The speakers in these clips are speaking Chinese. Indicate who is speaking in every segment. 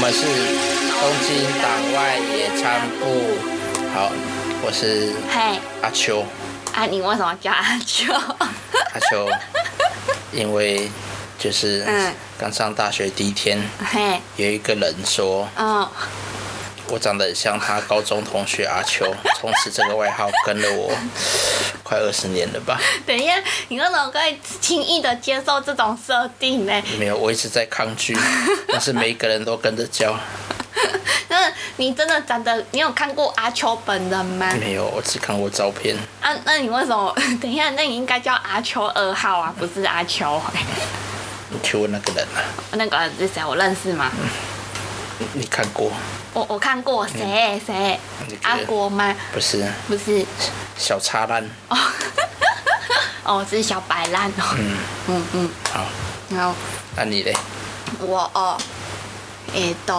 Speaker 1: 们是东京党外野餐部。好，我是
Speaker 2: 嘿，
Speaker 1: 阿秋，
Speaker 2: 啊，你为什么叫阿 秋？
Speaker 1: 阿秋，因为就是
Speaker 2: 嗯
Speaker 1: 刚上大学第一天，
Speaker 2: 嘿，
Speaker 1: 有一个人说
Speaker 2: 嗯，
Speaker 1: 我长得很像他高中同学阿秋，从此这个外号跟了我快二十年了吧。
Speaker 2: 等一下，你为什么可以轻易的接受这种设定呢？
Speaker 1: 没有，我一直在抗拒，但是每一个人都跟着叫。
Speaker 2: 那你真的长得，你有看过阿秋本人吗？
Speaker 1: 没有，我只看过照片。
Speaker 2: 啊，那你为什么？ 等一下，那你应该叫阿秋二号啊，不是阿秋、
Speaker 1: 你去问那个人啊，
Speaker 2: 那个人是谁？我认识吗？
Speaker 1: 你你看过？
Speaker 2: 我我看过谁谁
Speaker 1: 嗯你觉得
Speaker 2: 阿国吗？
Speaker 1: 不是
Speaker 2: 不是
Speaker 1: 小叉烂。
Speaker 2: 哦，是小白烂哦。嗯嗯嗯，
Speaker 1: 好，
Speaker 2: 然后
Speaker 1: 那你嘞？
Speaker 2: 我哦，诶都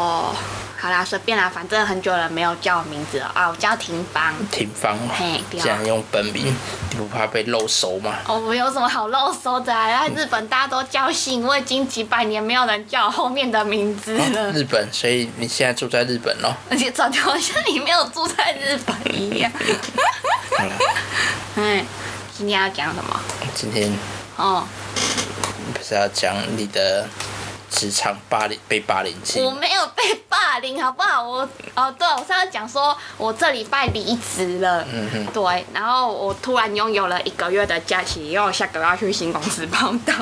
Speaker 2: 好啦，随便啦，反正很久了没有叫我名字了啊，我叫廷芳。
Speaker 1: 挺方哦
Speaker 2: 嘿对啊
Speaker 1: 竟然用本名，你不怕被露熟吗？
Speaker 2: 哦，我有什么好漏搜的、啊？在日本大家都叫姓，我已经几百年没有人叫我后面的名字了。
Speaker 1: 日本，所以你现在住在日本哦。
Speaker 2: 而且长得好像你没有住在日本一 样。
Speaker 1: 好了，
Speaker 2: 哎，今天要讲什么？
Speaker 1: 今天
Speaker 2: 哦，
Speaker 1: 不是要讲你的职场霸凌被霸凌记
Speaker 2: 我？没有被霸凌，好不好？我哦，对，我是要讲说我这礼拜离职了，
Speaker 1: 嗯哼
Speaker 2: 对，然后我突然拥有了一个月的假期，因为我下个月要去新公司报道。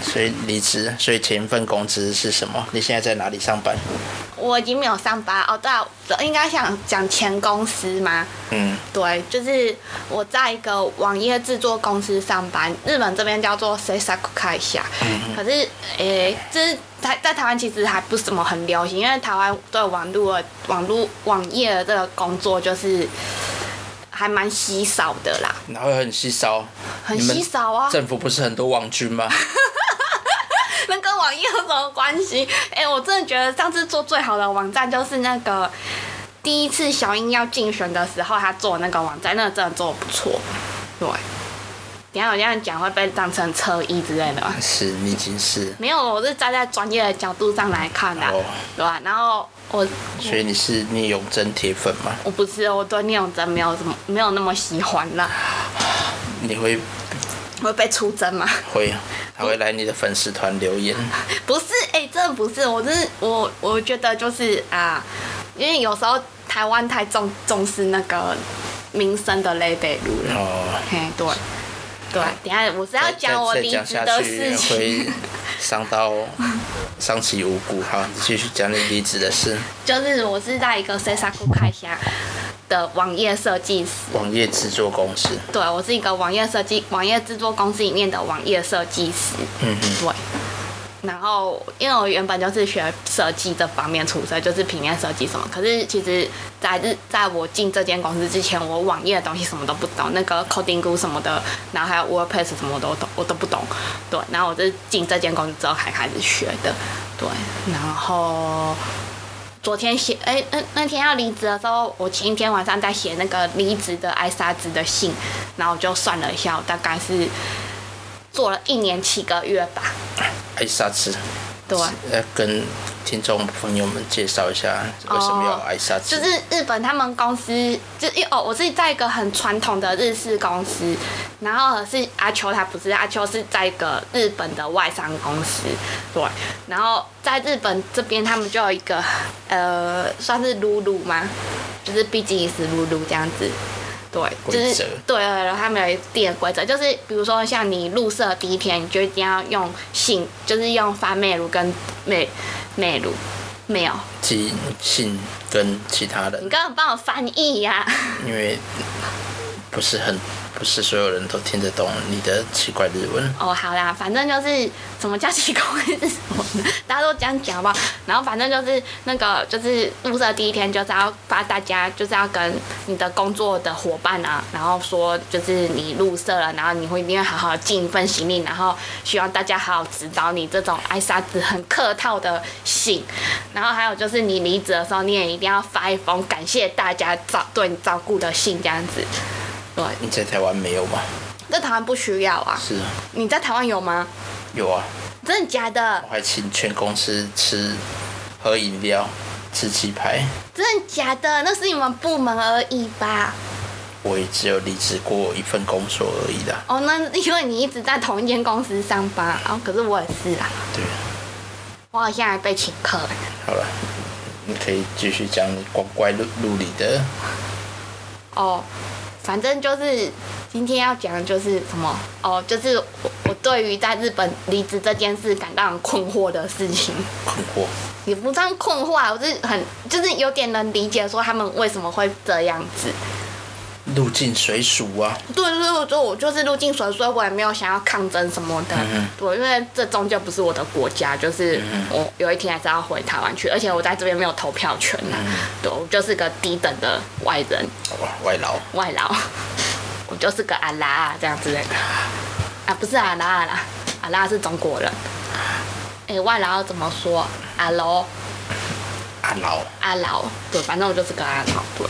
Speaker 1: 所以离职，所以前一份工资是什么？你现在在哪里上班？
Speaker 2: 我已经没有上班哦，对、啊，应该想讲前公司吗？
Speaker 1: 嗯，
Speaker 2: 对，就是我在一个网页制作公司上班，日本这边叫做 s e s a k u k a 一下，可是诶，就是台在台湾其实还不是怎么很流行，因为台湾对网络的网络网页的这个工作就是还蛮稀少的啦，
Speaker 1: 然后很稀少，
Speaker 2: 很
Speaker 1: 你们
Speaker 2: 稀少啊，
Speaker 1: 政府不是很多网军吗？
Speaker 2: 那跟网页有什么关系？哎、我真的觉得上次做最好的网站就是那个第一次小英要竞选的时候，他做的那个网站，那个真的做的不错。对，等一下我这样讲会被当成车衣之类的。
Speaker 1: 是你已经是，
Speaker 2: 没有，我是站在专业的角度上来看的、啊
Speaker 1: 哦
Speaker 2: 对吧、然后我
Speaker 1: 所以你是聂永贞铁粉吗？
Speaker 2: 我不是，我对聂永真没有什么没有那么喜欢啦，
Speaker 1: 你会
Speaker 2: 会被出征吗？
Speaker 1: 会，他会来你的粉丝团留言，
Speaker 2: 不是，哎、真的不是，我真是我，我觉得就是啊，因为有时候台湾太重重视那个民生的 label 了，
Speaker 1: 哦。
Speaker 2: 嘿，对，对，等一下我是要讲我
Speaker 1: 再
Speaker 2: 离
Speaker 1: 再讲
Speaker 2: 职
Speaker 1: 下
Speaker 2: 的
Speaker 1: 去
Speaker 2: 事情，
Speaker 1: 会伤到伤其无辜。好，你继续讲你离职的事。
Speaker 2: 就是我是在一个 s e s a k u 开箱的网页设计师。
Speaker 1: 网页制作公司，
Speaker 2: 对，啊我是一个网页设计、网页制作公司里面的网页设计师。
Speaker 1: 嗯哼，
Speaker 2: 对。然后，因为我原本就是学设计这方面出身，就是平面设计什么。可是其实在日，在我进这间公司之前，我网页的东西什么都不懂，那个 coding 什么的，然后还有 WordPress 什么我都懂，我都不懂。对，然后我就是进这间公司之后才开始学的。对，然后昨天写，哎、那那天要离职的时候，我前一天晚上在写那个离职的艾莎子的信，然后我就算了一下，我大概是做了一年七个月吧。
Speaker 1: 艾莎兹。
Speaker 2: 对，
Speaker 1: 要呃跟听众朋友们介绍一下为什么要有艾莎兹。
Speaker 2: 哦就是日本他们公司，就一哦，我是在一个很传统的日式公司，然后是阿秋他不是阿秋是在一个日本的外商公司，对，然后在日本这边他们就有一个呃，算是露露吗？就是毕竟也是露露这样子。对，就
Speaker 1: 规
Speaker 2: 是
Speaker 1: 则
Speaker 2: 对对对，他们有一定的规则，就是比如说像你入社第一天，你就一定要用姓，就是用发妹乳跟美美乳，没有，
Speaker 1: 即性跟其他
Speaker 2: 你
Speaker 1: 人，
Speaker 2: 刚刚帮我翻译呀、
Speaker 1: 因为不是很不是所有人都听得懂你的奇怪日文。
Speaker 2: 哦，好啦，反正就是什么叫奇怪是什么呢？ 大家都这样讲好不好？然后反正就是那个就是入社第一天就是要发大家就是要跟你的工作的伙伴啊，然后说就是你入社了，然后你会一定要好好尽一份心力，然后希望大家好好指导你这种爱沙子很客套的信。然后还有就是你离职的时候，你也一定要发一封感谢大家照对你照顾的信这样子。对，
Speaker 1: 你在台湾没有吗？
Speaker 2: 在台湾不需要啊。
Speaker 1: 是啊，
Speaker 2: 你在台湾有吗？
Speaker 1: 有啊，
Speaker 2: 真的假的
Speaker 1: 我？还请全公司吃喝饮料、吃鸡排，
Speaker 2: 真的假的？那是你们部门而已吧？
Speaker 1: 我也只有离职过一份工作而已啦。
Speaker 2: 哦，那因为你一直在同一间公司上班，哦，可是我也是啊，
Speaker 1: 对，
Speaker 2: 我好像还被请客了。
Speaker 1: 好了，你可以继续讲你光怪陆陆离的。
Speaker 2: 哦，反正就是今天要讲的就是什么哦，就是我我对于在日本离职这件事感到很困惑的事情，
Speaker 1: 困惑，
Speaker 2: 也不算困惑啊，我是很就是有点能理解说他们为什么会这样子。
Speaker 1: 入境水属啊，
Speaker 2: 对对对，就我就是入境所，所以我也没有想要抗争什么的。
Speaker 1: 嗯
Speaker 2: 对，因为这终究不是我的国家，就是我有一天还是要回台湾去，而且我在这边没有投票权呐、对，我就是个低等的外人
Speaker 1: 好吧，外劳，
Speaker 2: 外劳， 我就是个阿拉啊这样之类的。啊，不是阿拉阿拉，阿拉是中国人。哎、外劳要怎么说？阿劳
Speaker 1: 阿啊劳，
Speaker 2: 阿劳，对，反正我就是个阿劳，对。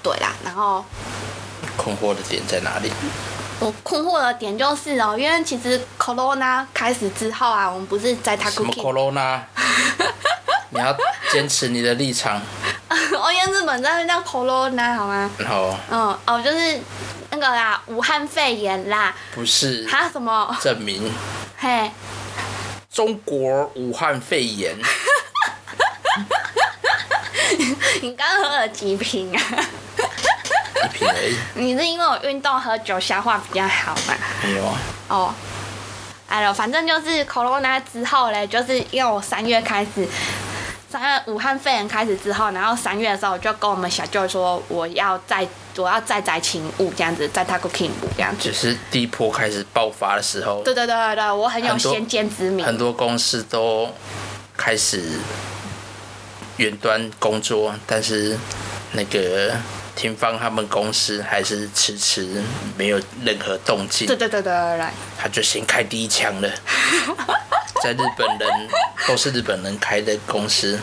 Speaker 2: 对啦，然后
Speaker 1: 困惑的点在哪里？
Speaker 2: 我困惑的点就是哦，因为其实 Corona 开始之后啊，我们不是在 t a
Speaker 1: 什
Speaker 2: k u
Speaker 1: 么
Speaker 2: k i
Speaker 1: corona？你要坚持你的立场，
Speaker 2: 哦，因为日本在叫 Corona 好吗？
Speaker 1: 然后
Speaker 2: 嗯，哦，就是那个啦，武汉肺炎啦，
Speaker 1: 不是
Speaker 2: 还有什么？
Speaker 1: 证明
Speaker 2: 嘿，
Speaker 1: 中国武汉肺炎，
Speaker 2: 你刚刚喝了几瓶啊？
Speaker 1: 一瓶而已，
Speaker 2: 你是因为我运动喝酒消化比较好嘛？
Speaker 1: 没有啊。
Speaker 2: 哦，哎呦，反正就是 Corona 之后嘞，就是因为我三月开始，三月武汉肺炎开始之后，然后三月的时候我就跟我们小舅说，我要再我要再宅勤务这样子，再 t a k o king 舞这样子。
Speaker 1: 就是第一波开始爆发的时候，
Speaker 2: 对对对对对，我很有
Speaker 1: 很多
Speaker 2: 先见之明。
Speaker 1: 很多公司都开始远端工作，但是那个廷芳他们公司还是迟迟没有任何动静
Speaker 2: 对，对对对对对，
Speaker 1: 他就先开第一枪 了。在日本人都是日本人开的公司，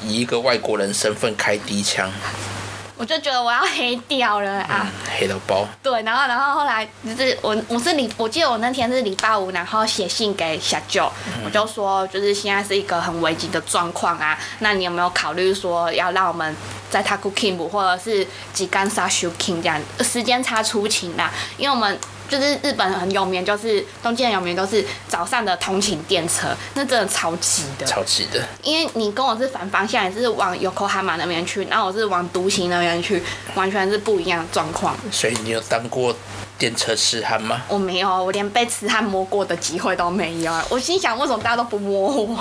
Speaker 1: 以一个外国人身份开第一枪，嗯
Speaker 2: 我就觉得我要黑掉了啊！
Speaker 1: 黑到爆。
Speaker 2: 对，然后然后后来就是我我是礼，我记得我那天是礼拜五，然后写信给小舅，我就说就是现在是一个很危急的状况啊，那你有没有考虑说要让我们在 Taku King 或者是吉干沙 s h u King 这样呃时间差出勤啦、因为我们。就是日本很有名，就是东京很有名，都是早上的通勤电车，那真的超级的。
Speaker 1: 超级的，
Speaker 2: 因为你跟我是反方向，你是往 Yokohama 那边去，然后我是往独行那边去，完全是不一样的状况。
Speaker 1: 所以你有当过电车痴汉吗？
Speaker 2: 我没有，我连被痴汉摸过的机会都没有。我心想，为什么大家都不摸我？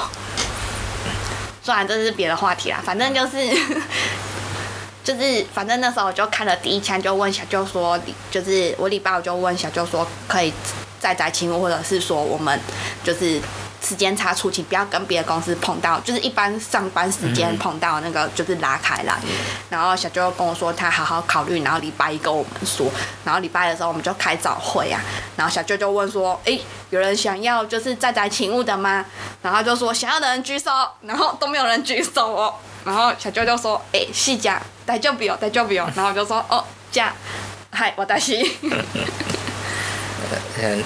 Speaker 2: 算了，这是别的话题啦，反正就是。就是，反正那时候我就看了第一枪，就问小舅说，就是我礼拜我就问小舅说，可以再宅勤务，或者是说我们就是时间差出勤，不要跟别的公司碰到，就是一般上班时间碰到那个就是拉开来。然后小舅跟我说他好好考虑，然后礼拜一跟我们说，然后礼拜的时候我们就开早会啊，然后小舅就问说，诶，有人想要就是再宅勤务的吗？然后他就说想要的人举手，然后都没有人举手哦。然后小舅就说：“哎、欸，是家，大丈夫よ，大丈夫よ。”然后我就说：“哦，家，嗨，我大西。
Speaker 1: 嗯，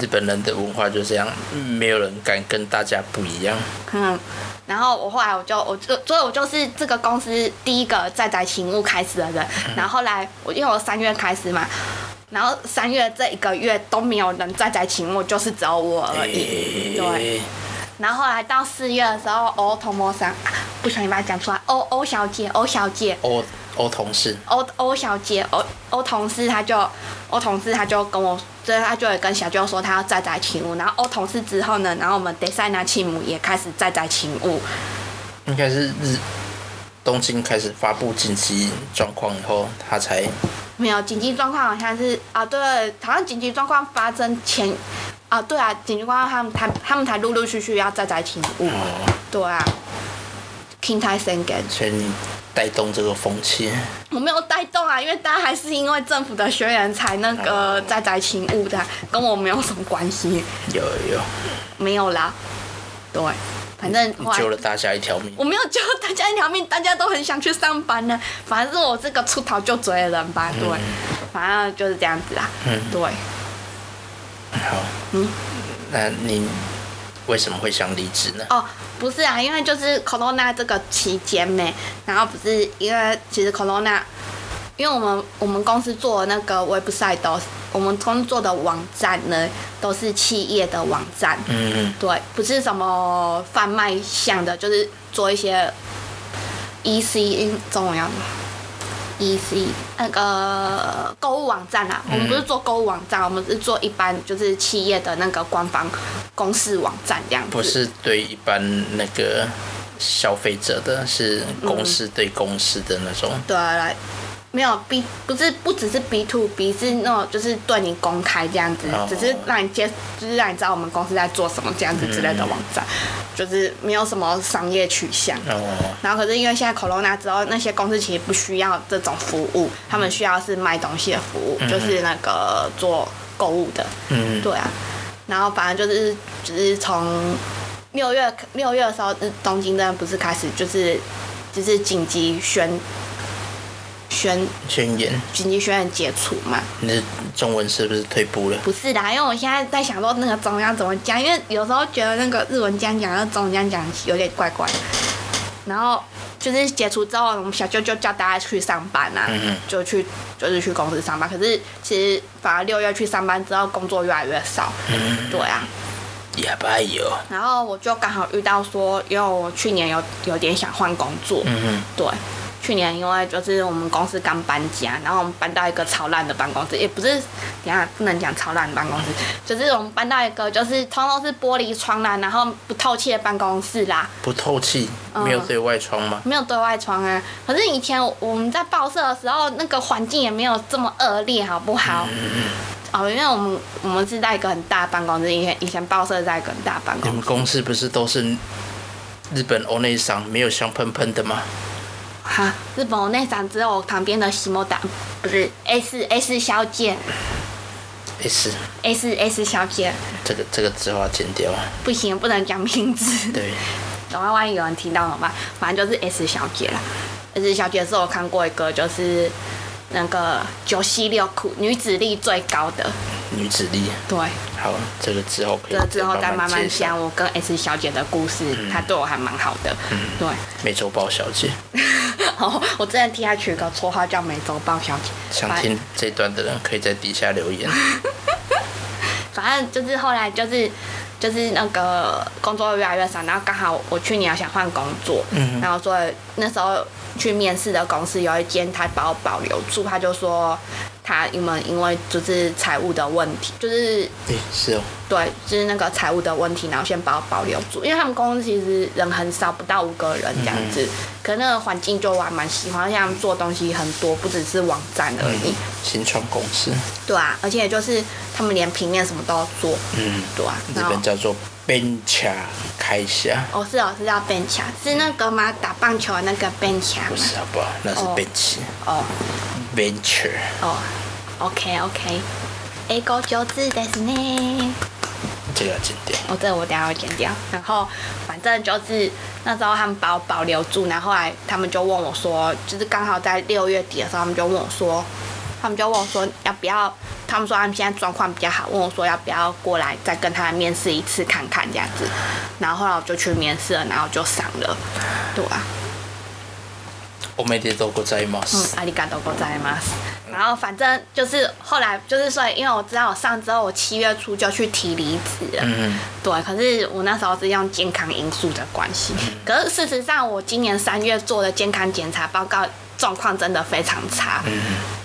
Speaker 1: 日本人的文化就这样，没有人敢跟大家不一样。”
Speaker 2: 嗯，然后我后来我就我就所以我就是这个公司第一个在宅勤务开始的人。然后后来我因为我三月开始嘛，然后三月这一个月都没有人在宅勤务，就是只有我
Speaker 1: 呃
Speaker 2: 而已。对。然后后来到四月的时候，欧同谋上，啊不小心把它讲出来，欧欧小姐，欧小姐，
Speaker 1: 欧欧同事，
Speaker 2: 欧欧小姐，欧欧同事，他就欧同事他就跟我，就是他就也跟小舅说他要再宅勤务，然后欧同事之后呢，然后我们德塞纳契姆也开始再宅勤务，
Speaker 1: 应该是日东京开始发布紧急状况以后，他才
Speaker 2: 没有紧急状况好像是啊，对，好像紧急状况发生前啊，对啊，紧急状况他们他他们才陆陆续续要再宅勤务，
Speaker 1: 哦，
Speaker 2: 对啊。King Tai s e n g e n
Speaker 1: 所以你带动这个风气。
Speaker 2: 我没有带动啊，因为大家还是因为政府的学员才那
Speaker 1: 哦
Speaker 2: 个在宅勤务的啊，跟我没有什么关系。
Speaker 1: 有有，
Speaker 2: 没有啦，对，反正
Speaker 1: 你
Speaker 2: 后来
Speaker 1: 救了大家一条命
Speaker 2: 我。没有救大家一条命，大家都很想去上班呢。反正我这个出逃就嘴的人吧，对，反正就是这样子啦，
Speaker 1: 嗯
Speaker 2: 对。
Speaker 1: 好，那你为什么会想离职呢？
Speaker 2: 哦，不是啊，因为就是 corona 这个期间呢，然后不是因为其实 corona，因为我们我们公司做的那个 website 都，我们公司做的网站呢都是企业的网站，
Speaker 1: 嗯
Speaker 2: 对，不是什么贩卖项的，就是做一些 EC 中文要什么 EC 那个购物网站
Speaker 1: 嗯
Speaker 2: 啊，我们不是做购物网站，我们是做一般就是企业的那个官方公示网站这样子。
Speaker 1: 不是对一般那个消费者的，是公司对公司的那种。
Speaker 2: 对啊来，没有 B 不是不只是 B to B 是那种就是对你公开这样子，
Speaker 1: 哦
Speaker 2: 只是让你接，就是让你知道我们公司在做什么这样子之类的网站，就是没有什么商业取向。
Speaker 1: 哦，
Speaker 2: 然后可是因为现在 corona 之后，那些公司其实不需要这种服务，他们需要是卖东西的服务，就是那个做购物的。
Speaker 1: 嗯，
Speaker 2: 对啊，然后反正就是就是从六月六月的时候，就是东京真的不是开始就是就是紧急宣宣
Speaker 1: 宣言，
Speaker 2: 紧急宣言解除嘛。
Speaker 1: 你的中文是不是退步了？
Speaker 2: 不是的，因为我现在在想说那个中文要怎么讲，因为有时候觉得那个日文这样讲，跟中文这样讲有点怪怪的。然后就是解除之后，我们小舅舅叫大家去上班啊，
Speaker 1: 嗯嗯
Speaker 2: 就去就是去公司上班。可是其实反而六月去上班之后，工作越来越少。
Speaker 1: 嗯，
Speaker 2: 对啊，
Speaker 1: 也吧有，
Speaker 2: 然后我就刚好遇到说，因为我去年有有点想换工作，
Speaker 1: 嗯
Speaker 2: 对，去年因为就是我们公司刚搬家，然后我们搬到一个超烂的办公室，也不是，等一下不能讲超烂的办公室，就是我们搬到一个就是通通是玻璃窗啦，然后不透气的办公室啦，
Speaker 1: 不透气，
Speaker 2: 嗯
Speaker 1: 没有对外窗吗？
Speaker 2: 没有对外窗啊。可是以前我们在报社的时候，那个环境也没有这么恶劣，好不好？哦，因为我们我们是在一个很大的办公室，以前以前报社在一个很大的办
Speaker 1: 你
Speaker 2: 公室，
Speaker 1: 们公司不是都是日本欧内商，没有香喷喷的吗？
Speaker 2: 哈，日本我那场只有我旁边的西摩达，不是 S S 小姐
Speaker 1: 也是，
Speaker 2: ，S S 小姐。
Speaker 1: 哎这个这个只好剪掉。啊
Speaker 2: 不行，不能讲名 字，
Speaker 1: 对，
Speaker 2: 等下万一有人听到怎么办？反正就是 S 小姐啦，S 小姐是我看过一个就是那个九七六裤女子力最高的，
Speaker 1: 女子力，
Speaker 2: 对，
Speaker 1: 好，这个之后可以
Speaker 2: 这之后再慢慢
Speaker 1: 介绍
Speaker 2: 讲我跟 S 小姐的故事，
Speaker 1: 嗯
Speaker 2: 她对我还蛮好的，对。
Speaker 1: 美洲豹小姐，
Speaker 2: 哦，我之前替她取个绰号叫美洲豹小姐，
Speaker 1: 想
Speaker 2: 反
Speaker 1: 听这段的人可以在底下留言。
Speaker 2: 反正就是后来就是就是那个工作越来越少，然后刚好我去年想换工作，
Speaker 1: 嗯
Speaker 2: 然后所以那时候去面试的公司有一间他把我保留住，他就说他因为因为就是财务的问题，就是
Speaker 1: 诶、是哦，
Speaker 2: 对，就是那个财务的问题，然后先把我保留住，因为他们公司其实人很少，不到五个人这样子，
Speaker 1: 嗯
Speaker 2: 可能那个环境就我还蛮喜欢，像做东西很多，不只是网站而已，
Speaker 1: 嗯，新创公司，
Speaker 2: 对啊，而且就是他们连平面什么都要做，
Speaker 1: 嗯，
Speaker 2: 对啊，
Speaker 1: 日
Speaker 2: 然后
Speaker 1: 本叫做 Bencha 开虾，
Speaker 2: 哦，是哦，是叫 bench，啊是那个吗？打棒球的那个 bench 啊吗？
Speaker 1: 不是好不好？那是
Speaker 2: 哦
Speaker 1: Bench、
Speaker 2: 哦
Speaker 1: Venture，
Speaker 2: 哦，OK OK。A 高九字的是呢，
Speaker 1: 这个要剪掉。
Speaker 2: 哦，这个我等一下会剪掉。然后反正就是那时候他们把我保留住，然后后来他们就问我说，就是刚好在六月底的时候，他们就问我说，他们就问我说要不要，他们说他们现在状况比较好，问我说要不要过来再跟他面试一次看看这样子。然后后来我就去面试了，然后就上了，对啊。
Speaker 1: 我没得到过在吗？
Speaker 2: 嗯，阿里嘎多ございます。然后反正就是后来就是所以，因为我知道我上之后，我七月初就去提离职了。
Speaker 1: 嗯，
Speaker 2: 对，啊可是我那时候是用健康因素的关系。
Speaker 1: 嗯
Speaker 2: 可是事实上，我今年三月做的健康检查报告状况真的非常差，
Speaker 1: 嗯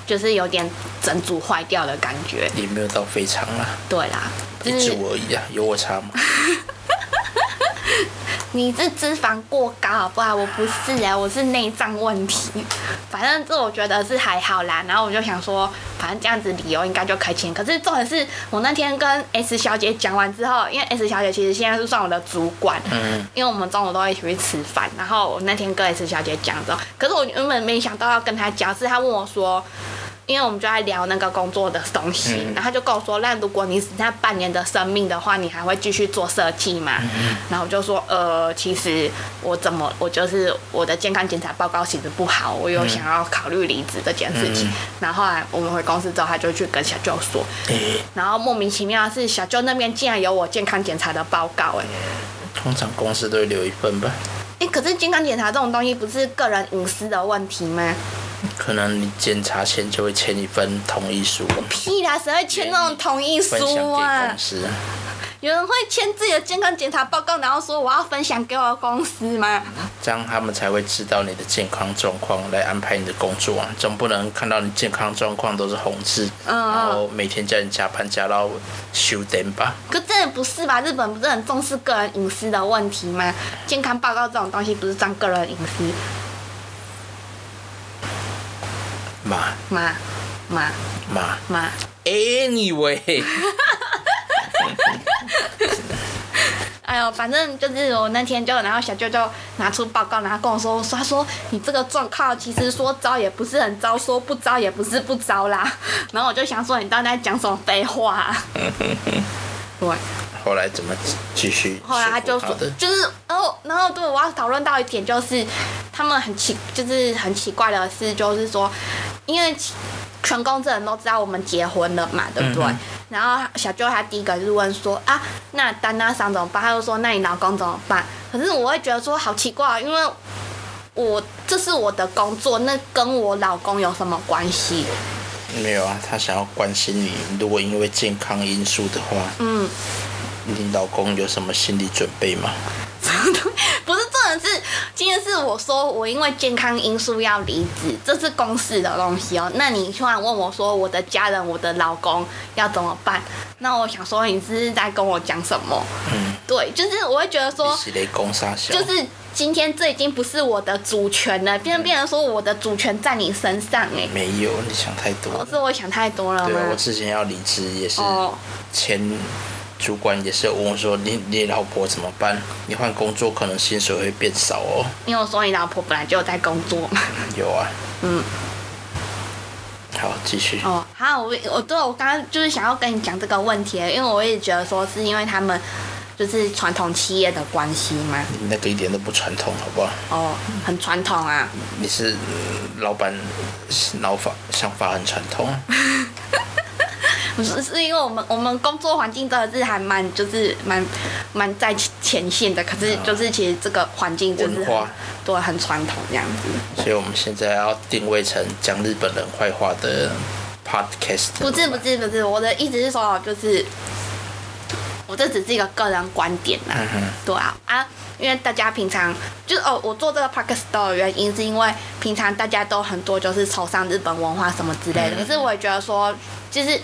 Speaker 2: 就是有点整组坏掉的感觉。
Speaker 1: 也没有到非常啦，
Speaker 2: 对啦，就
Speaker 1: 一只
Speaker 2: 是
Speaker 1: 我而已啊，有我差 吗？
Speaker 2: 你是脂肪过高好不好？我不是哎、我是内脏问题。反正这我觉得是还好啦。然后我就想说，反正这样子理由应该就可以签。可是重点是我那天跟 S 小姐讲完之后，因为 S 小姐其实现在是算我的主管，
Speaker 1: 嗯，
Speaker 2: 因为我们中午都会一起去吃饭。然后我那天跟 S 小姐讲之后，可是我原本没想到要跟她讲，是她问我说。因为我们就在聊那个工作的东西，
Speaker 1: 嗯
Speaker 2: 然后他就跟我说：“那如果你只剩下半年的生命的话，你还会继续做设计吗？”
Speaker 1: 嗯
Speaker 2: 然后我就说：“呃，其实我怎么，我就是我的健康检查报告写的不好，我有想要考虑离职这件事情。
Speaker 1: 嗯
Speaker 2: 然后后来我们回公司之后，他就去跟小舅说，
Speaker 1: 诶、嗯
Speaker 2: 然后莫名其妙的是小舅那边竟然有我健康检查的报告、哎，
Speaker 1: 通常公司都会留一份吧。
Speaker 2: 哎、可是健康检查这种东西不是个人隐私的问题
Speaker 1: 嗯
Speaker 2: 吗？
Speaker 1: 可能你检查前就会签一份同意书，
Speaker 2: 屁啦，谁会签那种同意
Speaker 1: 嗯分享给
Speaker 2: 书啊
Speaker 1: 公？司。
Speaker 2: 有人会签自己的健康检查报告，然后说我要分享给我的公司吗？
Speaker 1: 这样他们才会知道你的健康状况，来安排你的工作啊。总不能看到你健康状况都是红字，
Speaker 2: 嗯
Speaker 1: 然后每天叫你加班加到休点吧。
Speaker 2: 可真的不是吧？日本不是很重视个人隐私的问题吗？健康报告这种东西不是占个人隐私
Speaker 1: 嘛
Speaker 2: 吗？吗
Speaker 1: 嘛
Speaker 2: 吗？
Speaker 1: ，anyway，
Speaker 2: 哎呦，反正就是我那天就，然后小舅就拿出报告，然后跟我说，说他说你这个状况其实说糟也不是很糟，说不糟也不是不糟啦。然后我就想说，你到底在讲什么废话、啊？对。
Speaker 1: 后来怎么继续？
Speaker 2: 后来他就说
Speaker 1: 好的，
Speaker 2: 就是，然后然后对我要讨论到一点就是，他们很奇，就是很奇怪的事，就是说，因为其全公证人都知道我们结婚了嘛，对不对？
Speaker 1: 嗯哼
Speaker 2: 然后小舅他第一个就是问说啊，那丹娜桑怎么办？他就说那你老公怎么办？可是我会觉得说好奇怪哦，因为我这是我的工作，那跟我老公有什么关系？
Speaker 1: 没有啊，他想要关心你。如果因为健康因素的话，
Speaker 2: 嗯，
Speaker 1: 你老公有什么心理准备吗？
Speaker 2: 不是，重点是今天是我说我因为健康因素要离职，这是公事的东西哦。那你突然问我说我的家人、我的老公要怎么办？那我想说你是在跟我讲什么？
Speaker 1: 嗯，
Speaker 2: 对，就是我会觉得
Speaker 1: 你
Speaker 2: 说，
Speaker 1: 是雷啊公杀小，
Speaker 2: 就是今天这已经不是我的主权了，
Speaker 1: 嗯
Speaker 2: 变变成说我的主权在你身上哎、
Speaker 1: 没有，你想太多
Speaker 2: 我
Speaker 1: 了。
Speaker 2: 哦是我想太多了
Speaker 1: 嗯对啊，
Speaker 2: 吗
Speaker 1: 我？之前要离职也是
Speaker 2: 哦，
Speaker 1: 前主管也是有问我说：“你你老婆怎么办？你换工作可能薪水会变少哦。
Speaker 2: 因为我说你老婆本来就有在工作嘛。”
Speaker 1: 有啊，
Speaker 2: 嗯，
Speaker 1: 好，继续。
Speaker 2: 哦，好，我我对我刚刚就是想要跟你讲这个问题，因为我也觉得说是因为他们就是传统企业的关系嘛，
Speaker 1: 你那个一点都不传统，好不好？
Speaker 2: 哦，很传统啊，
Speaker 1: 你是嗯老板，老法想法很传统啊，
Speaker 2: 不是是因为我们我们工作环境真的是还蛮就是蛮蛮在前线的，可是就是其实这个环境就是
Speaker 1: 文化
Speaker 2: 很对很传统这样子，
Speaker 1: 所以我们现在要定位成讲日本人坏话的 podcast。
Speaker 2: 不是不是不是，我的意思是说哦就是我这只是一个个人观点啦、
Speaker 1: 嗯哼，
Speaker 2: 对啊啊，因为大家平常就是哦，我做这个 podcast 的原因是因为平常大家都很多就是崇尚日本文化什么之类的，
Speaker 1: 嗯
Speaker 2: 可是我也觉得说，就是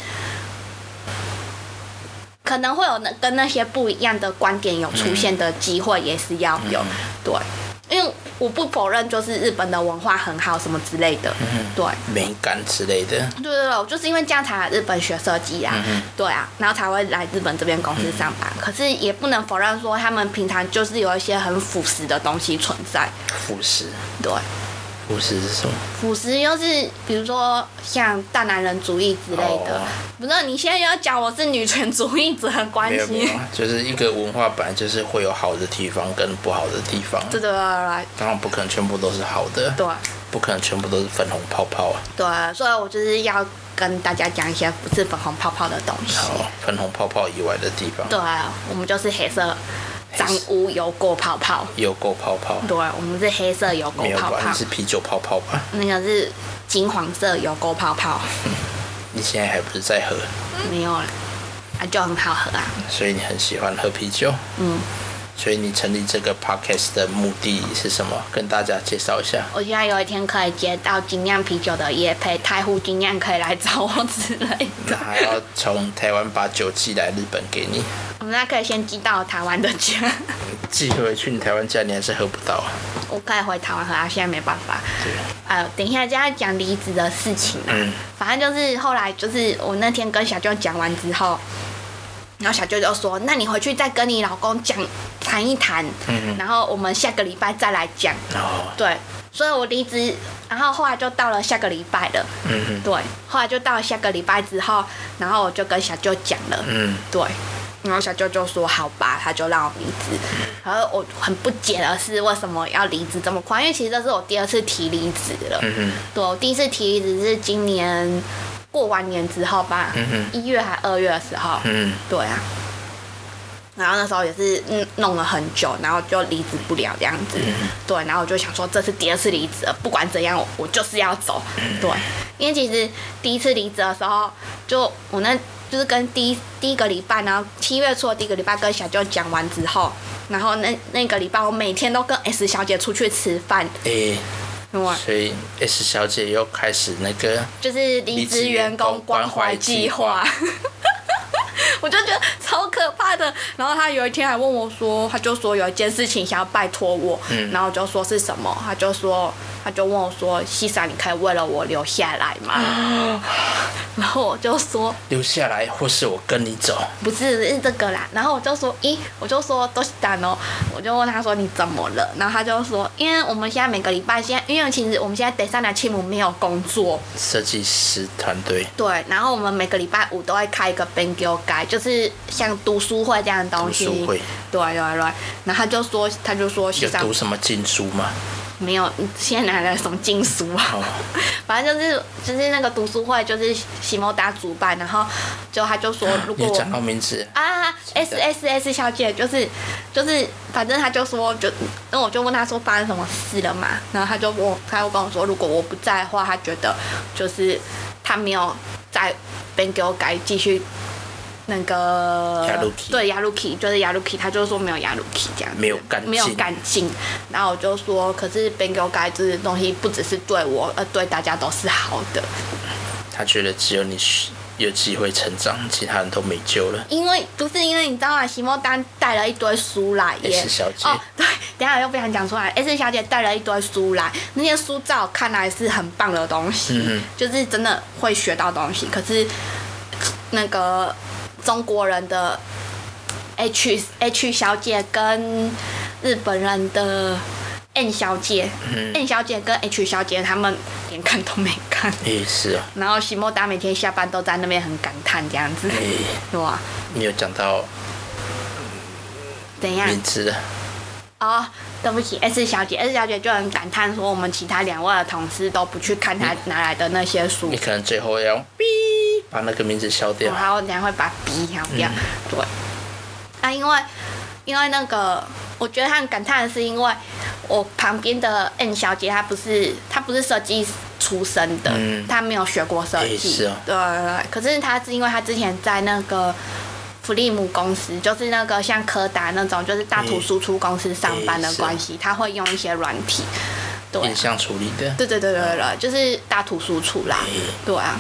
Speaker 2: 可能会有那跟那些不一样的观点有出现的机会，也是要有、
Speaker 1: 嗯
Speaker 2: 对，因为我不否认就是日本的文化很好什么之类的，
Speaker 1: 嗯
Speaker 2: 对。
Speaker 1: 美感之类的。
Speaker 2: 对对对，我就是因为这样才来日本学设计啊，
Speaker 1: 嗯哼
Speaker 2: 对啊，然后才会来日本这边公司上班。可是也不能否认说，他们平常就是有一些很腐蚀的东西存在。
Speaker 1: 腐蚀，
Speaker 2: 对，
Speaker 1: 腐蚀是什么？
Speaker 2: 腐蚀又是比如说像大男人主义之类的。
Speaker 1: 哦
Speaker 2: 不是，你现在又要讲我是女权主义者的关
Speaker 1: 没有没有
Speaker 2: 系？
Speaker 1: 啊，就是一个文化本来就是会有好的地方跟不好的地方，啊
Speaker 2: 对对对对
Speaker 1: 当然不可能全部都是好的，
Speaker 2: 对啊
Speaker 1: 不可能全部都是粉红泡泡啊。
Speaker 2: 对，所以我就是要跟大家讲一些不是粉红泡泡的东西。
Speaker 1: 好，哦粉红泡泡以外的地方，
Speaker 2: 对，啊我们就是黑色脏污油垢泡泡。
Speaker 1: 有够泡泡，
Speaker 2: 对，我们是黑色油
Speaker 1: 没
Speaker 2: 垢
Speaker 1: 有
Speaker 2: 泡
Speaker 1: 吧？
Speaker 2: 泡
Speaker 1: 你，是啤酒泡泡吧？
Speaker 2: 那个是金黄色油垢泡泡，
Speaker 1: 你现在还不是在喝，
Speaker 2: 没有了，啊，就很好喝啊。
Speaker 1: 所以你很喜欢喝啤酒。
Speaker 2: 嗯，
Speaker 1: 所以你成立这个 podcast 的目的是什么？跟大家介绍一下。
Speaker 2: 我希望有一天可以接到精酿啤酒的业配，太湖精酿可以来找我之类
Speaker 1: 那
Speaker 2: 的。
Speaker 1: 还要从台湾把酒寄来日本给你，
Speaker 2: 我们那可以先寄到台湾的家，
Speaker 1: 寄回去你台湾家你还是喝不到啊。
Speaker 2: 我可以回台湾喝啊，现在没办法。
Speaker 1: 对，
Speaker 2: 哎、等一下就要讲离职的事情啊。
Speaker 1: 嗯
Speaker 2: 反正就是后来就是我那天跟小舅讲完之后，然后小舅就说：“那你回去再跟你老公讲谈一谈，
Speaker 1: 嗯嗯
Speaker 2: 然后我们下个礼拜再来讲。”
Speaker 1: 哦，
Speaker 2: 对，所以我离职，然后后来就到了下个礼拜了。
Speaker 1: 嗯嗯
Speaker 2: 对，后来就到了下个礼拜之后，然后我就跟小舅讲了，
Speaker 1: 嗯，
Speaker 2: 对，然后小舅就说好吧，他就让我离职。
Speaker 1: 嗯
Speaker 2: 然后我很不解的是为什么要离职这么快，因为其实这是我第二次提离职了。
Speaker 1: 嗯嗯
Speaker 2: 对，我第一次提离职是今年过完年之后吧
Speaker 1: 嗯，哼
Speaker 2: 一月还二月的时候。
Speaker 1: 嗯，
Speaker 2: 对啊，然后那时候也是嗯弄了很久，然后就离职不了这样子，对，然后我就想说这是第二次离职了，不管怎样我我就是要走，对，因为其实第一次离职的时候，就我那就是跟第一第一个礼拜，然后七月初的第一个礼拜跟小舅讲完之后，然后那那个礼拜我每天都跟 S 小姐出去吃饭，
Speaker 1: 诶、
Speaker 2: 对吗，
Speaker 1: 所以 S 小姐又开始那个，
Speaker 2: 就是离职员工关怀计划。 我就觉得超可怕的。然后他有一天还问我说，他就说有一件事情想要拜托我，
Speaker 1: 嗯
Speaker 2: 然后我就说是什么，他就说他就问我说，西莎，你可以为了我留下来吗？ 然后我就说
Speaker 1: 留下来，或是我跟你走。
Speaker 2: 不是是这个啦，然后我就说，咦，我就说都是蛋哦，我就问他说你怎么了，然后他就说，因为我们现在每个礼拜现在，因为其实我们现在得上来亲母没有工作，
Speaker 1: 设计师团队
Speaker 2: 对，然后我们每个礼拜五都会开一个 b e n g o 改，就是像读书会这样的东西。
Speaker 1: 读书会
Speaker 2: 对对对，然后他就说，他就说西
Speaker 1: 有
Speaker 2: 藏
Speaker 1: 读什么禁书吗？
Speaker 2: 没有，你现在哪来的什么禁书啊？
Speaker 1: 哦，
Speaker 2: 反正就是就是那个读书会，就是西莫达主办，然后就他就说，如
Speaker 1: 啊你
Speaker 2: 果
Speaker 1: 有
Speaker 2: 我
Speaker 1: 讲到名字，
Speaker 2: 啊，S S S 小姐就是就是，反正他就说就，那我就问他说发生什么事了嘛，然后他就问我，他又跟我说，如果我不在的话，他觉得就是他没有在边给我改继续那个
Speaker 1: Yaruki
Speaker 2: 对 Yaruki 就是 Yaruki，他就说没有 Yaruki 这样子
Speaker 1: 没有干净
Speaker 2: 没有干净，然后我就说，可是边给我改这些东西不只是对我，呃，对大家都是好的，
Speaker 1: 他觉得只有你是有机会成长，其他人都没救了。
Speaker 2: 因为不是因为你知道吗？席莫丹带了一堆书来耶
Speaker 1: S 小姐
Speaker 2: 哦， 对，等一下又不想讲出来。S 小姐带了一堆书来，那些书在我看来是很棒的东西，
Speaker 1: 嗯哼
Speaker 2: 就是真的会学到东西。可是那个中国人的 H H 小姐跟日本人的 N 小姐、n
Speaker 1: 嗯
Speaker 2: 小姐跟 H 小姐他们连看都没看。
Speaker 1: 也是哦，
Speaker 2: 然后席莫达每天下班都在那边很感叹这样子，
Speaker 1: 诶，
Speaker 2: 对吧？
Speaker 1: 你有讲到
Speaker 2: 怎样？
Speaker 1: 名字了，
Speaker 2: 哦，对不起，S 小姐，S 小姐就很感叹说，我们其他两位的同事都不去看她拿来的那些书
Speaker 1: 你，可能最后要哔把那个名字消掉
Speaker 2: 然。后等下会把 B 挑
Speaker 1: 嗯
Speaker 2: 掉。对，啊，因为因为那个，我觉得她很感叹的是，因为我旁边的 N 小姐，她不是她不是设计出身的，
Speaker 1: 嗯
Speaker 2: 她没有学过设
Speaker 1: 也
Speaker 2: 计，
Speaker 1: 是哦
Speaker 2: 对对对，可是她是因为她之前在那个。弗利姆公司就是那个像柯达那种，就是大图
Speaker 1: 嗯
Speaker 2: 输出公司上班的
Speaker 1: 也是哦
Speaker 2: 关系，她会用一些软体，对啊
Speaker 1: 影像处理的，
Speaker 2: 对对对对对
Speaker 1: 哦
Speaker 2: 对，就是大图输出啦。对啊，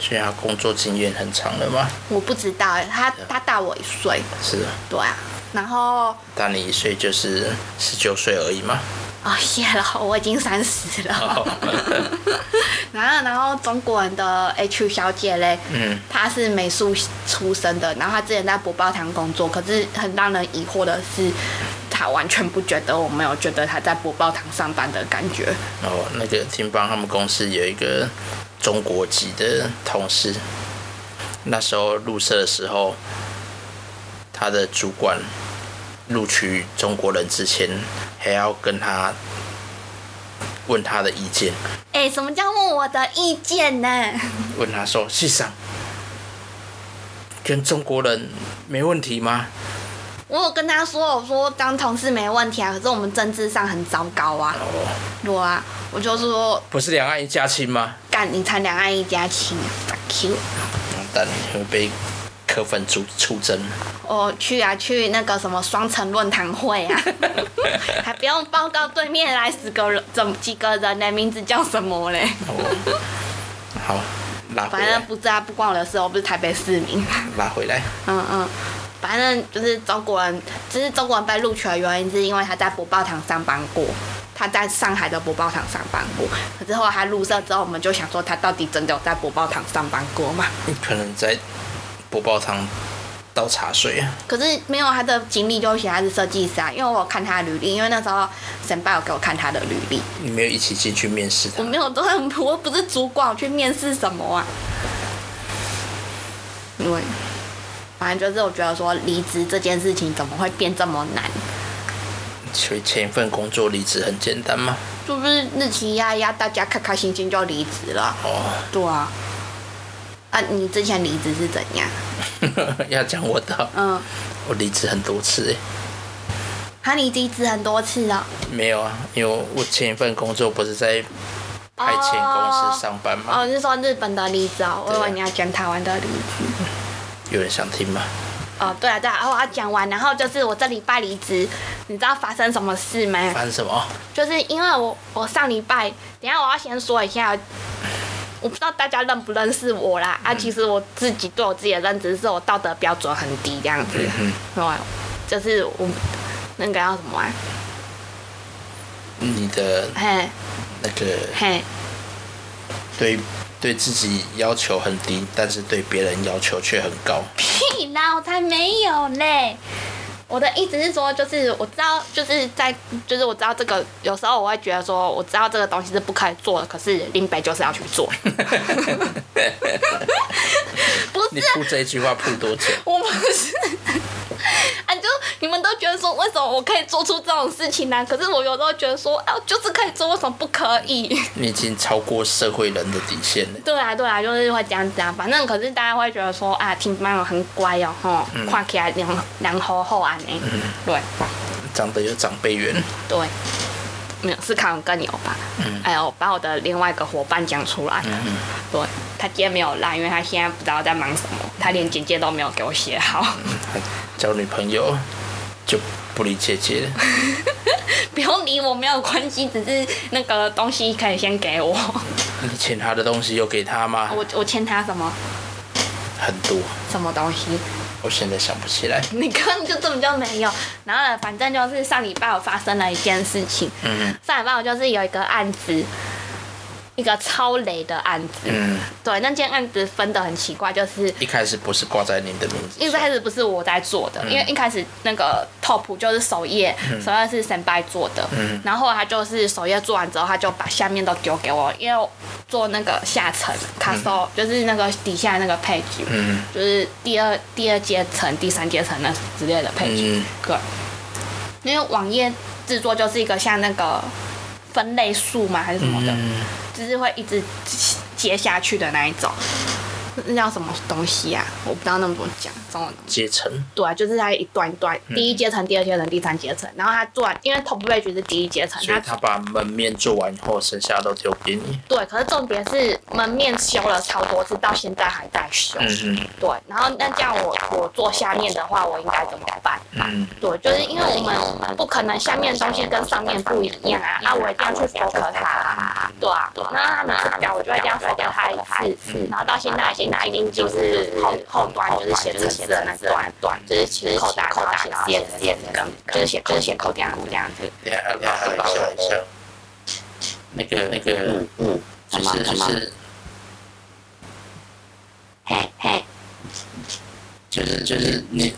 Speaker 1: 所以他工作经验很长了嘛？
Speaker 2: 我不知道欸，他他大我一岁，
Speaker 1: 是哦，
Speaker 2: 对啊。然后
Speaker 1: 大你一岁就是十九岁而已嘛。
Speaker 2: 哦，谢了， 我已经三十了
Speaker 1: 哦。
Speaker 2: 然后然后中国人的 H 小姐嘞，
Speaker 1: 嗯，
Speaker 2: 她是美术出身的，然后她之前在博报堂工作，可是很让人疑惑的是。她完全不觉得，我没有觉得她在博报堂上班的感觉。
Speaker 1: 然后哦那个听邦他们公司有一个中国籍的同事，那时候入社的时候，他的主管录取中国人之前，还要跟他问他的意见，
Speaker 2: 哎、什么叫问我的意见呢？
Speaker 1: 问他说：“系上跟中国人没问题吗？”
Speaker 2: 我有跟他说，我说当同事没问题啊，可是我们政治上很糟糕啊。
Speaker 1: 哦，
Speaker 2: 对啊，我就说
Speaker 1: 不是两岸一家亲吗？
Speaker 2: 干你才两岸一家亲，fuck you！
Speaker 1: 但会被柯粉出出征。
Speaker 2: 我去啊，去那个什么双城论坛会啊，还不用报告对面来十个人，怎么几个人的名字叫什么嘞？
Speaker 1: 哦，好，拉回
Speaker 2: 反正
Speaker 1: 来，
Speaker 2: 不知道，不关我的事，我不是台北市民。
Speaker 1: 拉回来。
Speaker 2: 嗯嗯，反正就是中国人，只是中国人被录取的原因是因为他在博报堂上班过，他在上海的博报堂上班过。可是后来他入社之后，我们就想说他到底真的有在博报堂上班过吗？
Speaker 1: 你可能在播报堂倒茶水啊。
Speaker 2: 可是没有他的经历就写他是设计师啊，因为我有看他的履历，因为那时候沈爸有给我看他的履历，
Speaker 1: 你没有一起进去面试
Speaker 2: 我
Speaker 1: 他，
Speaker 2: 没有都很我不是主管，我去面试什么啊？对，反正就是我觉得说离职这件事情怎么会变这么难？
Speaker 1: 所以前一份工作离职很简单嘛。
Speaker 2: 就是日期压一压，大家开开心心就离职了。
Speaker 1: 哦，
Speaker 2: 对啊，啊，你之前离职是怎样？
Speaker 1: 要讲我的哦，
Speaker 2: 嗯，
Speaker 1: 我离职很多次欸，
Speaker 2: 哈，你离职很多次了，
Speaker 1: 没有啊，因为我前一份工作不是在派遣公司上班吗？
Speaker 2: 哦，你是说日本的离职哦？我以
Speaker 1: 对啊
Speaker 2: 为你要讲台湾的离职。
Speaker 1: 有人想听吗？
Speaker 2: 哦，对啊，对啊，啊，我要讲完，然后就是我这礼拜离职，你知道发生什么事吗？
Speaker 1: 发生什么？哦
Speaker 2: 就是因为我我上礼拜，等一下我要先说一下，我不知道大家认不认识我啦。啊，其实我自己对我自己的认知是我道德标准很低这样子，对、就是我那个要什么、啊？
Speaker 1: 你的
Speaker 2: 嘿，
Speaker 1: 那个
Speaker 2: 嘿，
Speaker 1: 对对自己要求很低，但是对别人要求却很高。
Speaker 2: 屁啦，我才没有嘞。我的意思是说，就是我知道，就是在，就是我知道这个，有时候我会觉得说，我知道这个东西是不可以做的，可是林北就是要去做。 不
Speaker 1: 你
Speaker 2: 是啊
Speaker 1: 铺这一句话铺多久？
Speaker 2: 我不是，啊，就你们都觉得说，为什么我可以做出这种事情呢、可是我有时候觉得说，啊，就是可以做，为什么不可以？
Speaker 1: 你已经超过社会人的底线了。
Speaker 2: 对啊，对啊，就是会这样子啊。反正可是大家会觉得说，啊，听班友很乖哦，吼，看起来凉凉厚厚啊，呢、对
Speaker 1: 长得有长辈缘，
Speaker 2: 对，没有是康永跟你欧巴，哎呦，我把我的另外一个伙伴讲出来了。对他今天没有来，因为他现在不知道在忙什么，他连简介都没有给我写好。
Speaker 1: 还交女朋友就不理姐姐了。
Speaker 2: 不用理我，没有关系，只是那个东西可以先给我。
Speaker 1: 你请她的东西有给她吗？
Speaker 2: 我我欠他什么
Speaker 1: 很多，
Speaker 2: 什么东西？
Speaker 1: 我现在想不起来。
Speaker 2: 你根本就根本就没有。然后呢，反正就是上礼拜我发生了一件事情。
Speaker 1: 嗯
Speaker 2: 上礼拜我就是有一个案子，一个超雷的案子。
Speaker 1: 嗯，
Speaker 2: 对，那件案子分的很奇怪，就是
Speaker 1: 一开始不是挂在你的名字
Speaker 2: 一
Speaker 1: 上，
Speaker 2: 开始不是我在做的，因为一开始那个 top 就是首页，首页是神拜做的，然后后来他就是首页做完之后，他就把下面都丢给我，因为我做那个下层卡 a 就是那个底下那个 page，、
Speaker 1: 嗯
Speaker 2: 就是第二第二阶层、第三阶层那之类的 page，、
Speaker 1: 嗯
Speaker 2: 对，因为网页制作就是一个像那个分类数嘛还是什么的，
Speaker 1: 嗯，
Speaker 2: 就是会一直接下去的那一种。那叫什么东西啊？我不知道那么多讲嗯中文。
Speaker 1: 阶层
Speaker 2: 对啊，就是它一段一段，第一阶层、第二阶层、第三阶层，然后它做完，因为 top page 是第一阶层，
Speaker 1: 所以
Speaker 2: 它
Speaker 1: 他把门面做完以后，剩下都丢给你。
Speaker 2: 对，可是重点是门面修了超多次，到现在还在修。
Speaker 1: 嗯嗯
Speaker 2: 对，然后那这样我我做下面的话，我应该怎么办？
Speaker 1: 嗯，
Speaker 2: 对，就是因为我们不可能下面的东西跟上面不一样啊，啊，我一定要去 focus 它啊，对啊，那他们不讲，我就会这样 focus 它一次次，然后到现在现在已经就是后后端就是写字写的那段段，就是写扣打扣打写字写字跟就是写就是写扣这样这样子，
Speaker 1: 等一下等一下等一下等一下，那个那个，
Speaker 3: 嗯，
Speaker 1: 就
Speaker 3: 什么什
Speaker 1: 是就
Speaker 3: 么，
Speaker 1: 是
Speaker 3: 嘿嘿，
Speaker 1: 就是就是你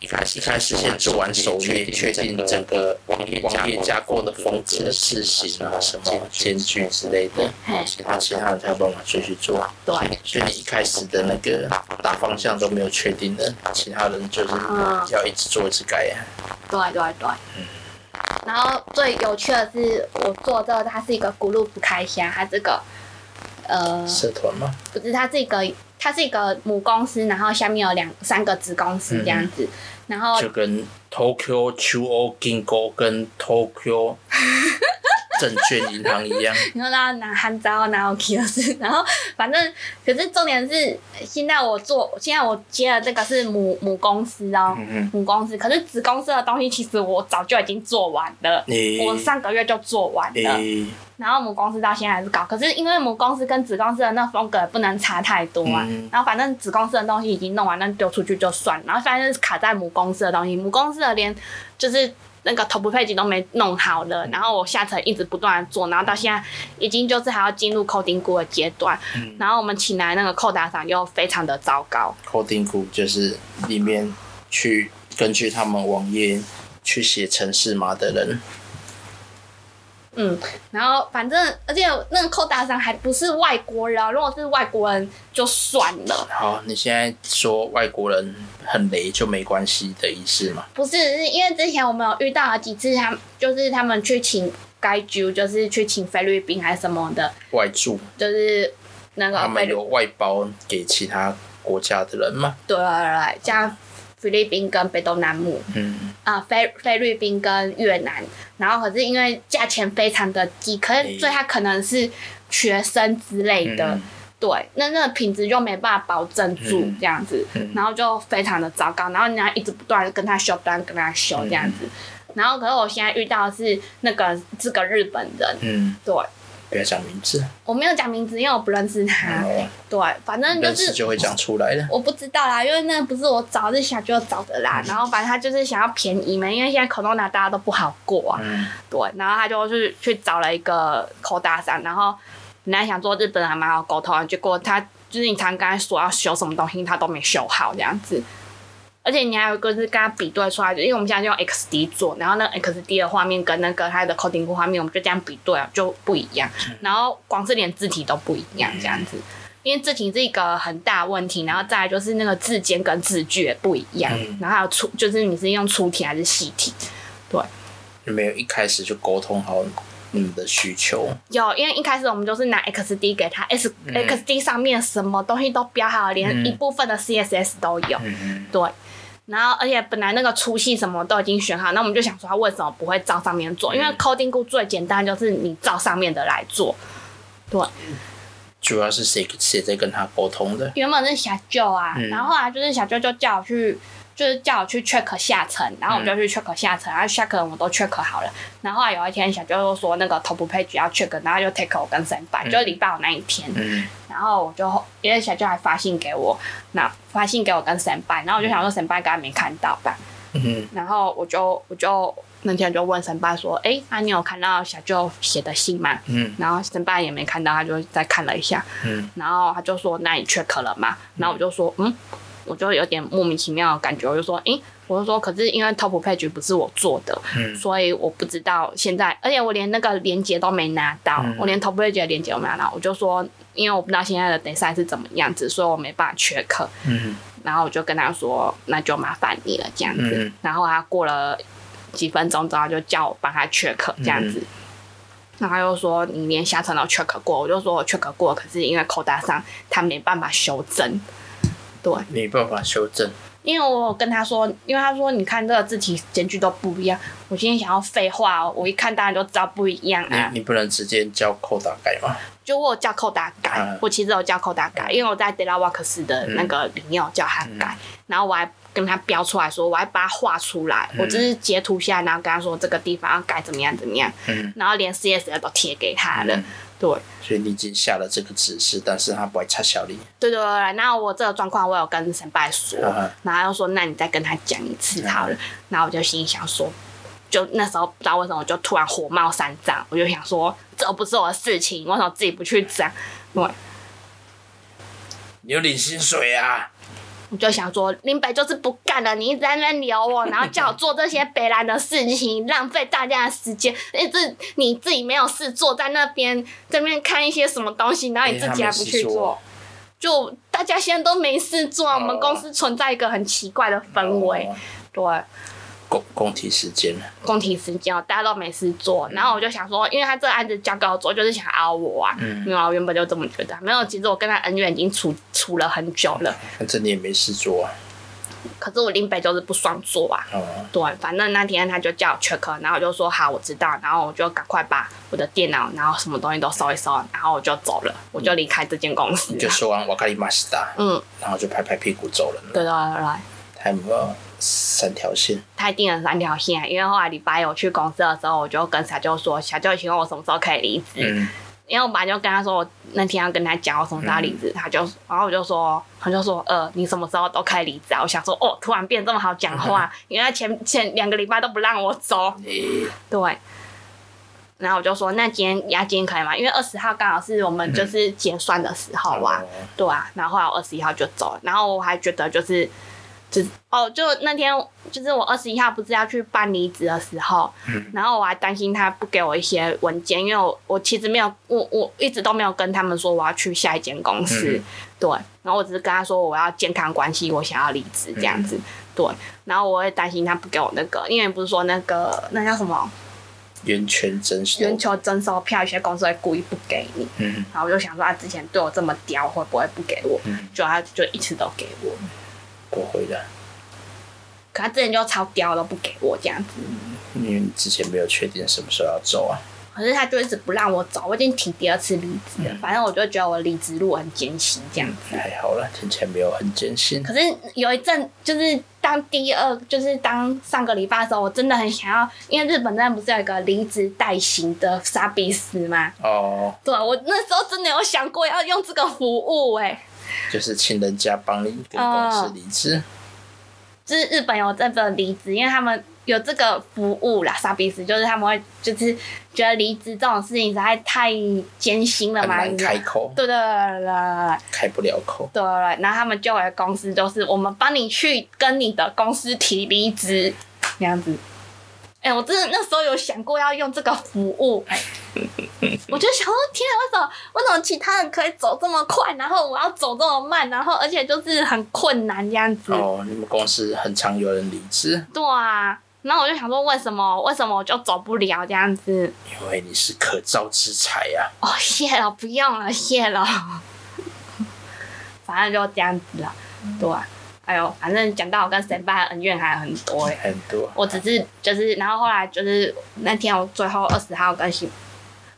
Speaker 1: 一开始一开始先做完首页，确定整个网页网页架构的风格、字型啊什么间距之类的，
Speaker 2: 嘿，
Speaker 1: 其他其他的才有办法继续做。
Speaker 2: 对。
Speaker 1: 所以你一开始的那个大方向都没有确定的，其他人就是
Speaker 2: 嗯
Speaker 1: 要一直做一直改啊。
Speaker 2: 对对对。然后最有趣的是，我做这个它是一个 group 开箱，它这个呃
Speaker 1: 社团吗？
Speaker 2: 不是，它是一个它是一个母公司，然后下面有两三个子公司这样子，然后
Speaker 1: 就跟 Tokyo QO Ginko 跟 Tokyo 证券银行一样，
Speaker 2: 你说他拿汉招拿 OK 的事，然后反正可是重点是，现在我做现在我接的这个是母母公司哦，
Speaker 1: 嗯嗯
Speaker 2: 母公司，可是子公司的东西其实我早就已经做完了，
Speaker 1: 诶
Speaker 2: 我上个月就做完了。
Speaker 1: 诶，
Speaker 2: 然后母公司到现在还是搞，可是因为母公司跟子公司的那风格不能差太多啊。
Speaker 1: 嗯
Speaker 2: 然后反正子公司的东西已经弄完，那丢出去就算。然后现在就是卡在母公司的东西，母公司的连就是那个头部配置都没弄好了。然后我下层一直不断的做，然后到现在已经就是还要进入扣丁股的阶段。然后我们请来那个扣打赏又非常的糟糕，
Speaker 1: 扣定股就是里面去根据他们网页去写城市码的人，
Speaker 2: 嗯，然后反正而且那个扣打赏还不是外国人哦，如果是外国人就算了。
Speaker 1: 好，你现在说外国人很雷就没关系的意思嘛？
Speaker 2: 不是，是因为之前我们有遇到了几次他们就是他们去请该局，就是去请菲律宾还是什么的，
Speaker 1: 外注
Speaker 2: 就是那个
Speaker 1: 他
Speaker 2: 菲
Speaker 1: 们
Speaker 2: 律
Speaker 1: 有外包给其他国家的人嘛，
Speaker 2: 对，像菲律宾跟北东南姆，
Speaker 1: 嗯，
Speaker 2: 啊、菲菲律宾跟越南，然后可是因为价钱非常的低，可是
Speaker 1: 诶
Speaker 2: 所以他可能是学生之类的，
Speaker 1: 哎嗯
Speaker 2: 对，那那个品质就没办法保证住
Speaker 1: 嗯
Speaker 2: 这样子，
Speaker 1: 嗯
Speaker 2: 然后就非常的糟糕，然后你要一直不断地跟他修，不断地跟他修
Speaker 1: 嗯
Speaker 2: 这样子，然后可是我现在遇到的是那个是个日本人，
Speaker 1: 嗯，
Speaker 2: 对
Speaker 1: 不要讲名字，
Speaker 2: 我没有讲名字，因为我不认识他，
Speaker 1: 哦，
Speaker 2: 对，反正就
Speaker 1: 认识
Speaker 2: 是
Speaker 1: 就会讲出来的，
Speaker 2: 我不知道啦，因为那不是我找，是小舅找的啦。然后反正他就是想要便宜嘛，因为现在口 o 拿大家都不好过啊。
Speaker 1: 嗯
Speaker 2: 对，然后他就是去找了一个口大山，然后本来想说日本还蛮好沟通的，结果他就是你常跟他说要修什么东西，他都没修好这样子。而且你还有一个是跟他比对出来，因为我们现在就用 XD 做，然后那 XD 的画面跟那个它的 coding 画面，我们就这样比对啊，就不一样。然后光是连字体都不一样这样子，因为字体是一个很大问题，然后再来就是那个字间跟字距也不一样，
Speaker 1: 嗯
Speaker 2: 然后还有粗，就是你是用粗体还是细体，
Speaker 1: 就没有一开始就沟通好你们的需求，
Speaker 2: 有，因为一开始我们就是拿 XD 给他，S、
Speaker 1: 嗯
Speaker 2: XD 上面什么东西都标好了，连
Speaker 1: 嗯
Speaker 2: 一部分的 CSS 都有。
Speaker 1: 嗯
Speaker 2: 对，然后而且本来那个粗细什么都已经选好，那我们就想说他为什么不会照上面做？因为
Speaker 1: 嗯
Speaker 2: coding 库最简单就是你照上面的来做。对，
Speaker 1: 主要是谁谁在跟他沟通的，
Speaker 2: 原本是小舅啊，
Speaker 1: 嗯
Speaker 2: 然后后来就是小舅就叫我去，就是叫我去 check 下层，然后我就去
Speaker 1: 嗯
Speaker 2: check 下层，然后下层我都 check 好了。然后后来有一天小舅就说那个头部配置要 check，然后就 take 我跟神拜，
Speaker 1: 嗯
Speaker 2: 就是礼拜五那一天。
Speaker 1: 嗯
Speaker 2: 然后我就因为小舅还发信给我，那发信给我跟神拜，然后我就想说神拜刚刚没看到吧，
Speaker 1: 嗯，
Speaker 2: 然后我就我就那天就问神拜说，哎，啊你有看到小舅写的信吗？
Speaker 1: 嗯
Speaker 2: 然后神拜也没看到，他就再看了一下，
Speaker 1: 嗯
Speaker 2: 然后他就说那你 check 了吗？然后我就说嗯，我就有点莫名其妙的感觉，我就说诶，我就说可是因为 top page 不是我做的，
Speaker 1: 嗯
Speaker 2: 所以我不知道现在，而且我连那个连接都没拿到，
Speaker 1: 嗯
Speaker 2: 我连 top page 的连接都没拿到，我就说因为我不知道现在的 design 是怎么样子，所以我没办法 check。
Speaker 1: 嗯
Speaker 2: 然后我就跟他说那就麻烦你了这样子，
Speaker 1: 嗯
Speaker 2: 然后他过了几分钟之后就叫我帮他 check 这样
Speaker 1: 嗯
Speaker 2: 子。然后他又说你连下层都 check 过，我就说我 check 过，可是因为口袋上他没办法修正，对，
Speaker 1: 没办法修正，
Speaker 2: 因为我有跟他说，因为他说你看这个字体间距都不一样，我今天想要废话、哦，我一看当然就知道不一样啊。
Speaker 1: 你你不能直接叫扣打改嘛，
Speaker 2: 就我有叫扣打改，
Speaker 1: 嗯
Speaker 2: 我其实有叫扣打改，因为我在 d e l a w a k s 的那个里面有叫他改，
Speaker 1: 嗯
Speaker 2: 然后我还跟他标出来说，我还把它画出来，
Speaker 1: 嗯
Speaker 2: 我只是截图下来，然后跟他说这个地方要改怎么样怎么样，
Speaker 1: 嗯
Speaker 2: 然后连 CS 都贴给他了，
Speaker 1: 嗯
Speaker 2: 对。
Speaker 1: 所以你已经下了这个指示，但是他不会插小你，
Speaker 2: 对对对，对然后我这个状况我有跟神拜说，
Speaker 1: 嗯哼
Speaker 2: 然后他就说那你再跟他讲一次好了，然后我就心里想说，就那时候不知道为什么我就突然火冒三丈，我就想说这不是我的事情，为什么自己不去讲？对，
Speaker 1: 你有领薪水啊，
Speaker 2: 我就想说林北就是不干了，你一直在那边留我，然后叫我做这些北兰的事情，浪费大家的时间，一直你自己没有事做，在那边这边看一些什么东西，然后你自己还不去
Speaker 1: 哎因为他没事
Speaker 2: 做
Speaker 1: 做。
Speaker 2: 就大家现在都没事做，我们公司存在一个很奇怪的氛围，
Speaker 1: 哦
Speaker 2: 对，
Speaker 1: 供供体时间，
Speaker 2: 工体时间哦，大家都没事做，然后我就想说，因为他这个案子交给我做，就是想熬我啊，
Speaker 1: 嗯
Speaker 2: 没有啊，我原本就这么觉得，没有，其实我跟他恩怨已经处处了很久了，
Speaker 1: 反正你也没事做啊，
Speaker 2: 可是我林北就是不爽做啊，
Speaker 1: 哦，
Speaker 2: 对，反正那天他就叫我 check，然后我就说好，我知道，然后我就赶快把我的电脑，然后什么东西都收一收，然后我就走了，我就离开这间公司
Speaker 1: 你就
Speaker 2: 了。
Speaker 1: 说完瓦卡里马西达，
Speaker 2: 嗯，
Speaker 1: 然后就拍拍屁股走人了，
Speaker 2: 对对对对，
Speaker 1: 他有没有三条线？
Speaker 2: 他定了三条线，因为后来礼拜有去公司的时候，我就跟小舅说，小舅请问我什么时候可以离职？
Speaker 1: 嗯
Speaker 2: 因为我本来就跟他说，我那天要跟他讲我什么时候要离职，
Speaker 1: 嗯
Speaker 2: 他就，然后我就说，他就说，呃，你什么时候都可以离职啊？我想说，哦，突然变这么好讲 话，因为他前前两个礼拜都不让我走，
Speaker 1: 诶，
Speaker 2: 对。然后我就说，那今天押金可以吗？因为二十号刚好是我们就是结算的时候啊，
Speaker 1: 嗯哦
Speaker 2: 对啊。然后后来我二十一号就走了，然后我还觉得就是，就是哦，就那天就是我二十一号不是要去办离职的时候，
Speaker 1: 嗯
Speaker 2: 然后我还担心他不给我一些文件，因为我我其实没有，我我一直都没有跟他们说我要去下一间公司，
Speaker 1: 嗯
Speaker 2: 对。然后我只是跟他说我要健康关系，我想要离职这
Speaker 1: 嗯
Speaker 2: 样子，对。然后我会担心他不给我那个，因为不是说那个那叫什么
Speaker 1: 源泉征收，
Speaker 2: 全球征收票，有些公司会故意不给你。
Speaker 1: 嗯，
Speaker 2: 然后我就想说，啊他之前对我这么刁，会不会不给我？
Speaker 1: 嗯
Speaker 2: 就他就一直都给我，
Speaker 1: 不会的，
Speaker 2: 可他之前就超刁，都不给我这样子。
Speaker 1: 因为之前没有确定什么时候要走啊。
Speaker 2: 可是他就一直不让我走，我已经提第二次离职了。反正我就觉得我离职路很艰辛这样子。
Speaker 1: 还好啦，听起来没有很艰辛。
Speaker 2: 可是有一阵，就是当第二，就是当上个礼拜的时候，我真的很想要，因为日本那边不是有一个离职代行的杀比斯吗？
Speaker 1: 哦，
Speaker 2: 对，我那时候真的有想过要用这个服务、欸，哎，
Speaker 1: 就是请人家帮你跟公司离职，
Speaker 2: 就是日本有这个离职，因为他们有这个服务啦，杀比斯就是他们会就是觉得离职这种事情实在太艰辛了
Speaker 1: 很
Speaker 2: 嘛，
Speaker 1: 难开口，
Speaker 2: 对对对对对对。
Speaker 1: 开不了口。
Speaker 2: 对，然后他们就有公司就是我们帮你去跟你的公司提离职，那样子。哎、我真的那时候有想过要用这个服 务，哎我就想说，天啊，为什么为什么其他人可以走这么快，然后我要走这么慢，然后而且就是很困难这样子。
Speaker 1: 哦，你们公司很常有人离职，
Speaker 2: 对啊，然后我就想说，为什么为什么我就走不了这样子？
Speaker 1: 因为你是可造之才啊呀、
Speaker 2: 哦，谢了，不用了，谢了。 反正就这样子了，对、啊。哎呦，反正讲到我跟神爸的恩怨还很多哎、
Speaker 1: 很多。
Speaker 2: 我只是就是，然后后来就是那天我最后二十号跟新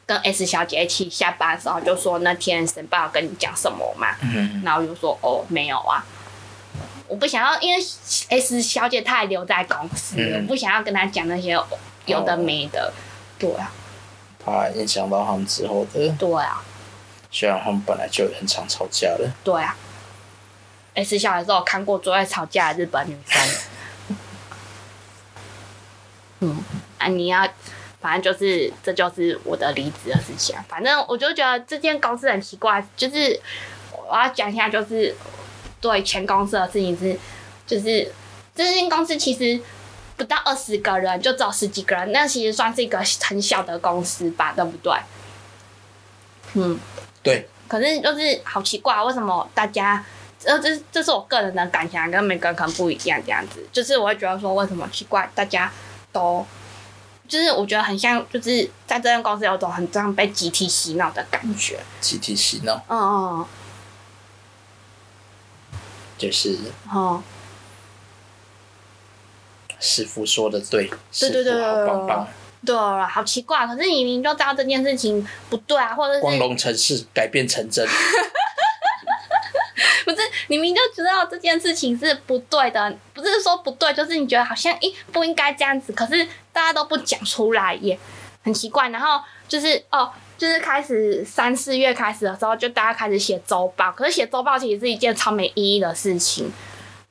Speaker 2: 跟 S 小姐一起下班的时候，就说那天神爸有跟你讲什么嘛？
Speaker 1: 嗯，
Speaker 2: 然后我就说哦，没有啊，我不想要，因为 S 小姐她还留在公司，
Speaker 1: 嗯
Speaker 2: 我不想要跟她讲那些有的没的。对啊，
Speaker 1: 怕影响到他们之后的，
Speaker 2: 对啊。
Speaker 1: 虽然他们本来就很常吵架了，
Speaker 2: 对啊。S 小的时候我看过最爱吵架的日本女生。嗯，啊，你要，反正就是这就是我的离职的事情啊。反正我就觉得这间公司很奇怪，就是我要讲一下，就是对前公司的事情是，就是这间公司其实不到二十个人，就只有十几个人，那其实算是一个很小的公司吧，对不对？嗯，
Speaker 1: 对，
Speaker 2: 可是就是好奇怪，为什么大家，呃，这是这是我个人的感想，跟每个人可能不一样，这样子，就是我会觉得说，为什么奇怪，大家都，就是我觉得很像，就是在这间公司有种很这样被集体洗脑的感觉，
Speaker 1: 集体洗脑
Speaker 2: 嗯嗯
Speaker 1: 就是
Speaker 2: 嗯，
Speaker 1: 师傅说的对，
Speaker 2: 对对
Speaker 1: 师傅好棒棒，
Speaker 2: 对了，好奇怪，可是你明明就知道这件事情不对啊，或者
Speaker 1: 光
Speaker 2: 是
Speaker 1: 荣城市改变成真，
Speaker 2: 不是你明明就知道这件事情是不对的，不是说不对，就是你觉得好像诶不应该这样子，可是大家都不讲出来耶，很奇怪。然后就是哦，就是开始三四月开始的时候，就大家开始写周报，可是写周报其实是一件超没意义的事情。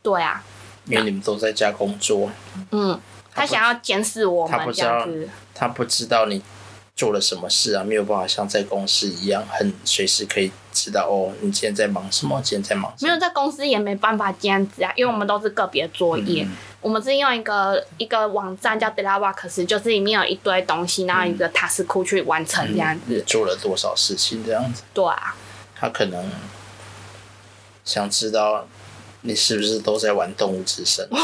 Speaker 2: 对啊，
Speaker 1: 因为你们都在家工作，
Speaker 2: 嗯，他想要监视我
Speaker 1: 他
Speaker 2: 们
Speaker 1: 不
Speaker 2: 这
Speaker 1: 知道
Speaker 2: 样子，
Speaker 1: 他不知道你做了什么事啊，没有办法像在公司一样，很随时可以知道哦，你今天在忙什么，今天在忙什
Speaker 2: 没
Speaker 1: 么。
Speaker 2: 有在公司也没办法这样子啊，因为我们都是个别作业。
Speaker 1: 嗯
Speaker 2: 我们是用一个一个网站叫 d e l a w a k 就是里面有一堆东西，然后一个 task 库去完成这样子。
Speaker 1: 嗯你做了多少事情这样子，
Speaker 2: 对啊，
Speaker 1: 他可能想知道你是不是都在玩动物之声
Speaker 2: 我，没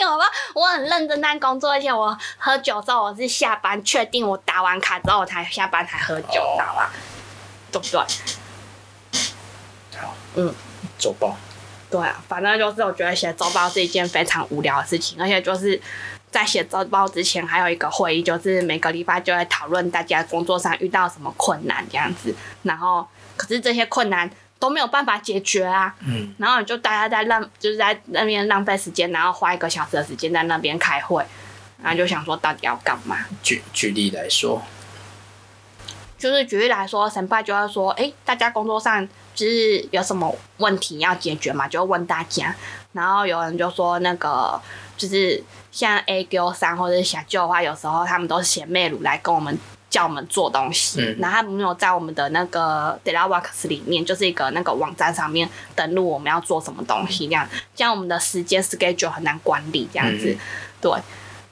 Speaker 2: 有啊，我很认真在工作，而且我喝酒之后我是下班，确定我打完卡之后我才下班才喝酒
Speaker 1: 哦
Speaker 2: 打完，对不对？
Speaker 1: 好，
Speaker 2: 嗯，
Speaker 1: 周报，
Speaker 2: 对啊，反正就是我觉得写周报是一件非常无聊的事情，而且就是在写周报之前还有一个会议，就是每个礼拜就会讨论大家工作上遇到什么困难这样子，然后可是这些困难都没有办法解决啊，
Speaker 1: 嗯，
Speaker 2: 然后你就大家在浪就是在那边浪费时间，然后花一个小时的时间在那边开会，然后就想说到底要干嘛？
Speaker 1: 举举例来说，
Speaker 2: 就是举例来说，神爸就要说，哎、大家工作上就是有什么问题要解决嘛，就要问大家。然后有人就说，那个就是像 A Q 三或者是小舅的话，有时候他们都是写媚乳来跟我们叫我们做东西，
Speaker 1: 嗯
Speaker 2: 然后他们没有在我们的那个 d e l a w o r k 里面，就是一个那个网站上面登录我们要做什么东西，这样这样我们的时间 schedule 很难管理，这样子，
Speaker 1: 嗯
Speaker 2: 对。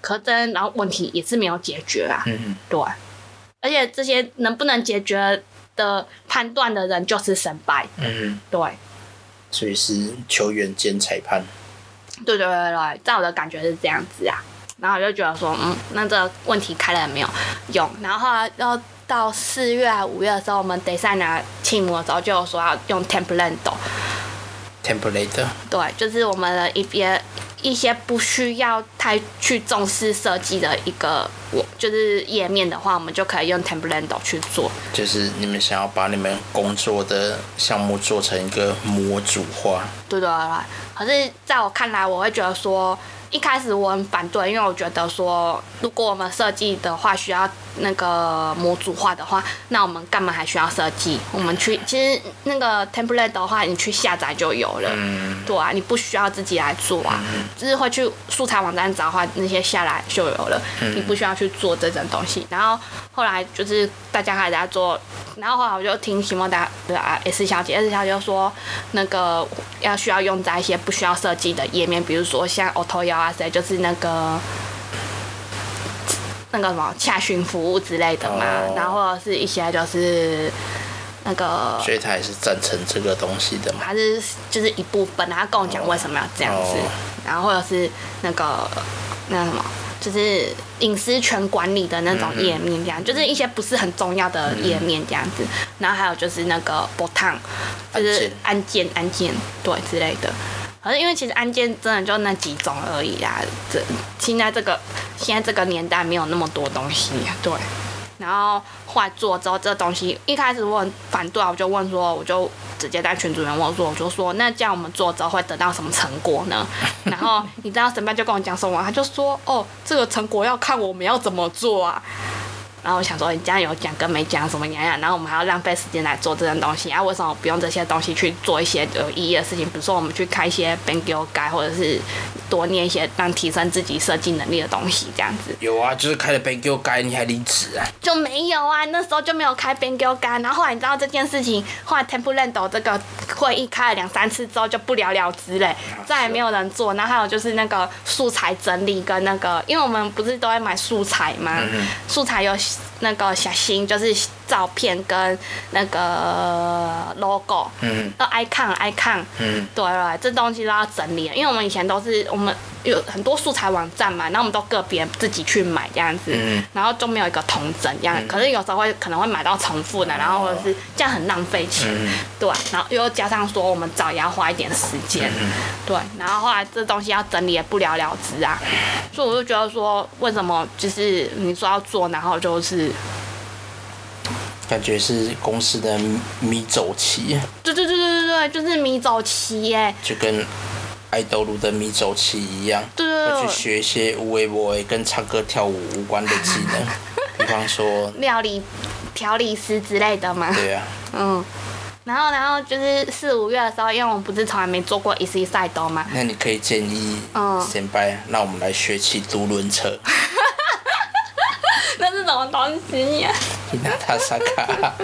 Speaker 2: 可真，然后问题也是没有解决啊，
Speaker 1: 嗯，
Speaker 2: 对，而且这些能不能解决的判断的人就是神败，
Speaker 1: 嗯，
Speaker 2: 对，
Speaker 1: 所以是球员兼裁判，
Speaker 2: 对对对对，在我的感觉是这样子啊，然后我就觉得说，嗯，那这个问题开了也没有用。然后后来要到四月啊五月的时候，我们 design 庆模的时候就有说要用 template 抖
Speaker 1: template
Speaker 2: 对，就是我们的一边一些不需要太去重视设计的一个，我就是页面的话，我们就可以用 template 抖去做。
Speaker 1: 就是你们想要把你们工作的项目做成一个模组化，
Speaker 2: 对对对对。可是在我看来，我会觉得说，一开始我很反对，因为我觉得说，如果我们设计的话需要那个模组化的话，那我们干嘛还需要设计？我们去其实那个 template 的话，你去下载就有了，
Speaker 1: 嗯
Speaker 2: 对啊，你不需要自己来做啊，就是会去素材网站找的话，那些下来就有了，你不需要去做这种东西。然后后来就是大家开始在做，然后后来我就听席莫达对啊 S 小姐，S 小姐就说那个要需要用在一些不需要设计的页面，比如说像 Auto 幺啊谁，就是那个。那个什么洽询服务之类的嘛
Speaker 1: 哦
Speaker 2: 然后或者是一些就是那个
Speaker 1: 所以他也是赞成这个东西的嘛。
Speaker 2: 他是就是一部分，然后他跟我讲为什么要这样子，
Speaker 1: 哦
Speaker 2: 然后或者是那个呃那什么，就是隐私权管理的那种页面，这样、就是一些不是很重要的页面这样子，然后还有就是那个 button，就是按键按键对之类的。可是因为其实按键真的就那几种而已啦，这现在这个现在这个年代没有那么多东西、啊对。然后后来做之后，这东西一开始我很反对啊，我就问说，我就直接在群主员问我说，我就说那这样我们做之后会得到什么成果呢？然后你知道神办就跟我讲什么吗，他就说哦，这个成果要看我们要怎么做啊。然后我想说，你这样有讲跟没讲什么两样？然后我们还要浪费时间来做这件东西，啊，为什么不用这些东西去做一些有意义的事情？比如说我们去开一些 b a n k u 改，或者是多念一些让提升自己设计能力的东西，这样子。
Speaker 1: 有啊，就是开了 b a n g 该你还离职啊？
Speaker 2: 就没有啊，那时候就没有开边丢杆。然后后来你知道这件事情，后来 Templando 这个会议开了两三次之后就不了了之嘞，再也没有人做。然后还有就是那个素材整理跟那个，因为我们不是都会买素材吗？素材有那个小新，就是照片跟那个 logo，
Speaker 1: 嗯
Speaker 2: 呃 icon icon，
Speaker 1: 嗯，
Speaker 2: 对了，这东西都要整理，因为我们以前都是我们有很多素材网站嘛，然后我们都个别自己去买这样子，
Speaker 1: 嗯
Speaker 2: 然后就没有一个同整这样，可是有时候会可能会买到重复的，然后或者是这样很浪费钱，对，然后又加上说我们找也要花一点时间，对，然后后来这东西要整理也不了了之啊，所以我就觉得说，为什么就是你说要做，然后就是
Speaker 1: 感觉是公司的迷走期，
Speaker 2: 对对对对对对，就是迷走期耶、
Speaker 1: 就跟爱豆路的迷走期一样，
Speaker 2: 对对对
Speaker 1: 会去学一些无为不为跟唱歌跳舞无关的技能，比方说，
Speaker 2: 料理调理师之类的嘛。
Speaker 1: 对啊，
Speaker 2: 嗯，然后然后就是四五月的时候，因为我们不是从来没做过 E C 赛兜嘛，
Speaker 1: 那你可以建议
Speaker 2: 嗯
Speaker 1: 先拜，啊那我们来学骑独轮车，
Speaker 2: 那是什么东西呀、
Speaker 1: 你拿他萨 卡，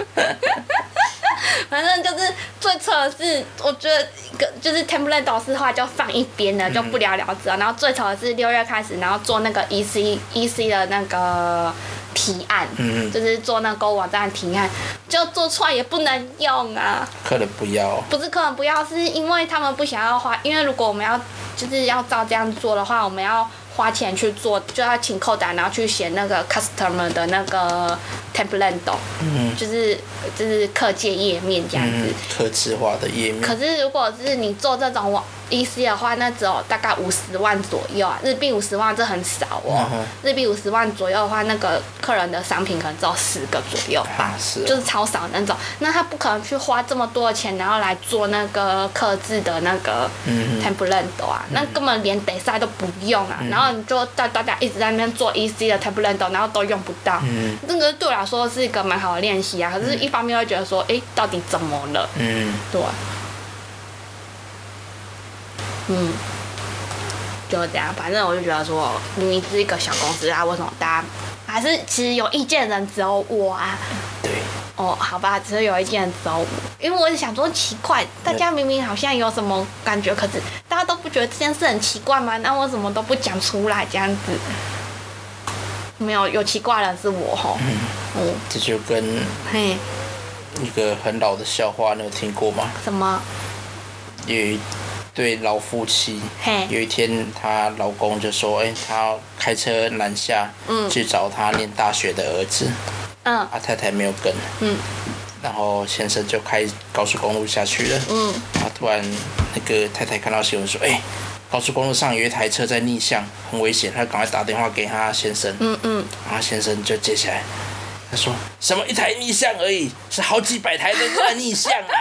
Speaker 2: 反正就是最扯的是，我觉得一个就是 template 导师话就放一边了，就不了了之了。啊然后最扯的是六月开始，然后做那个 E C E C 的那个提案，
Speaker 1: 嗯
Speaker 2: 就是做那个购物网站的提案，就做出来也不能用啊。
Speaker 1: 客人不要，
Speaker 2: 不是客人不要，是因为他们不想要花，因为如果我们要就是要照这样做的话，我们要花钱去做，就要请扣打，然后去写那个 customer 的那个 template，
Speaker 1: 嗯
Speaker 2: 就是就是客界页面这样子。
Speaker 1: 嗯，客制化的页面，
Speaker 2: 可是如果是你做这种网 EC 的话，那只有大概五十万左右啊，日币五十万这很少哦。
Speaker 1: 嗯哼
Speaker 2: 日币五十万左右的话，那个客人的商品可能只有十个左右吧。
Speaker 1: 啊是
Speaker 2: 就
Speaker 1: 哦，
Speaker 2: 是超少那种，那他不可能去花这么多的钱，然后来做那个刻制的那个
Speaker 1: 嗯
Speaker 2: template 啊，那根本连 design 都不用啊，然后你就大大家一直在那边做 EC 的 template，然后都用不到，
Speaker 1: 嗯
Speaker 2: 这个对我来说是一个蛮好的练习啊，可是一方面会觉得说，诶，到底怎么了？
Speaker 1: 嗯，
Speaker 2: 对，嗯，就这样。反正我就觉得说，明明是一个小公司啊，为什么大家还是其实有意见的人只有我啊？
Speaker 1: 对。
Speaker 2: 哦，好吧，只是有一件人只有我，因为我一直想说奇怪，大家明明好像有什么感觉，可是大家都不觉得这件事很奇怪吗？那我怎么都不讲出来这样子？没有，有奇怪的人是我吼。嗯，
Speaker 1: 这就跟
Speaker 2: 嘿，
Speaker 1: 一个很老的笑话，你有听过吗？
Speaker 2: 什么？
Speaker 1: 有一对老夫妻，
Speaker 2: 嘿，
Speaker 1: 有一天她老公就说：“哎、她要开车南下，去找她念大学的儿子。”
Speaker 2: 嗯
Speaker 1: 啊，太太没有跟，
Speaker 2: 嗯，
Speaker 1: 然后先生就开高速公路下去了，嗯，啊，突然那个太太看到新闻说，哎、高速公路上有一台车在逆向，很危险，她赶快打电话给她先生，嗯嗯，然后先生就接起来，他说什么一台逆向而已，是好几百台都在逆向啊，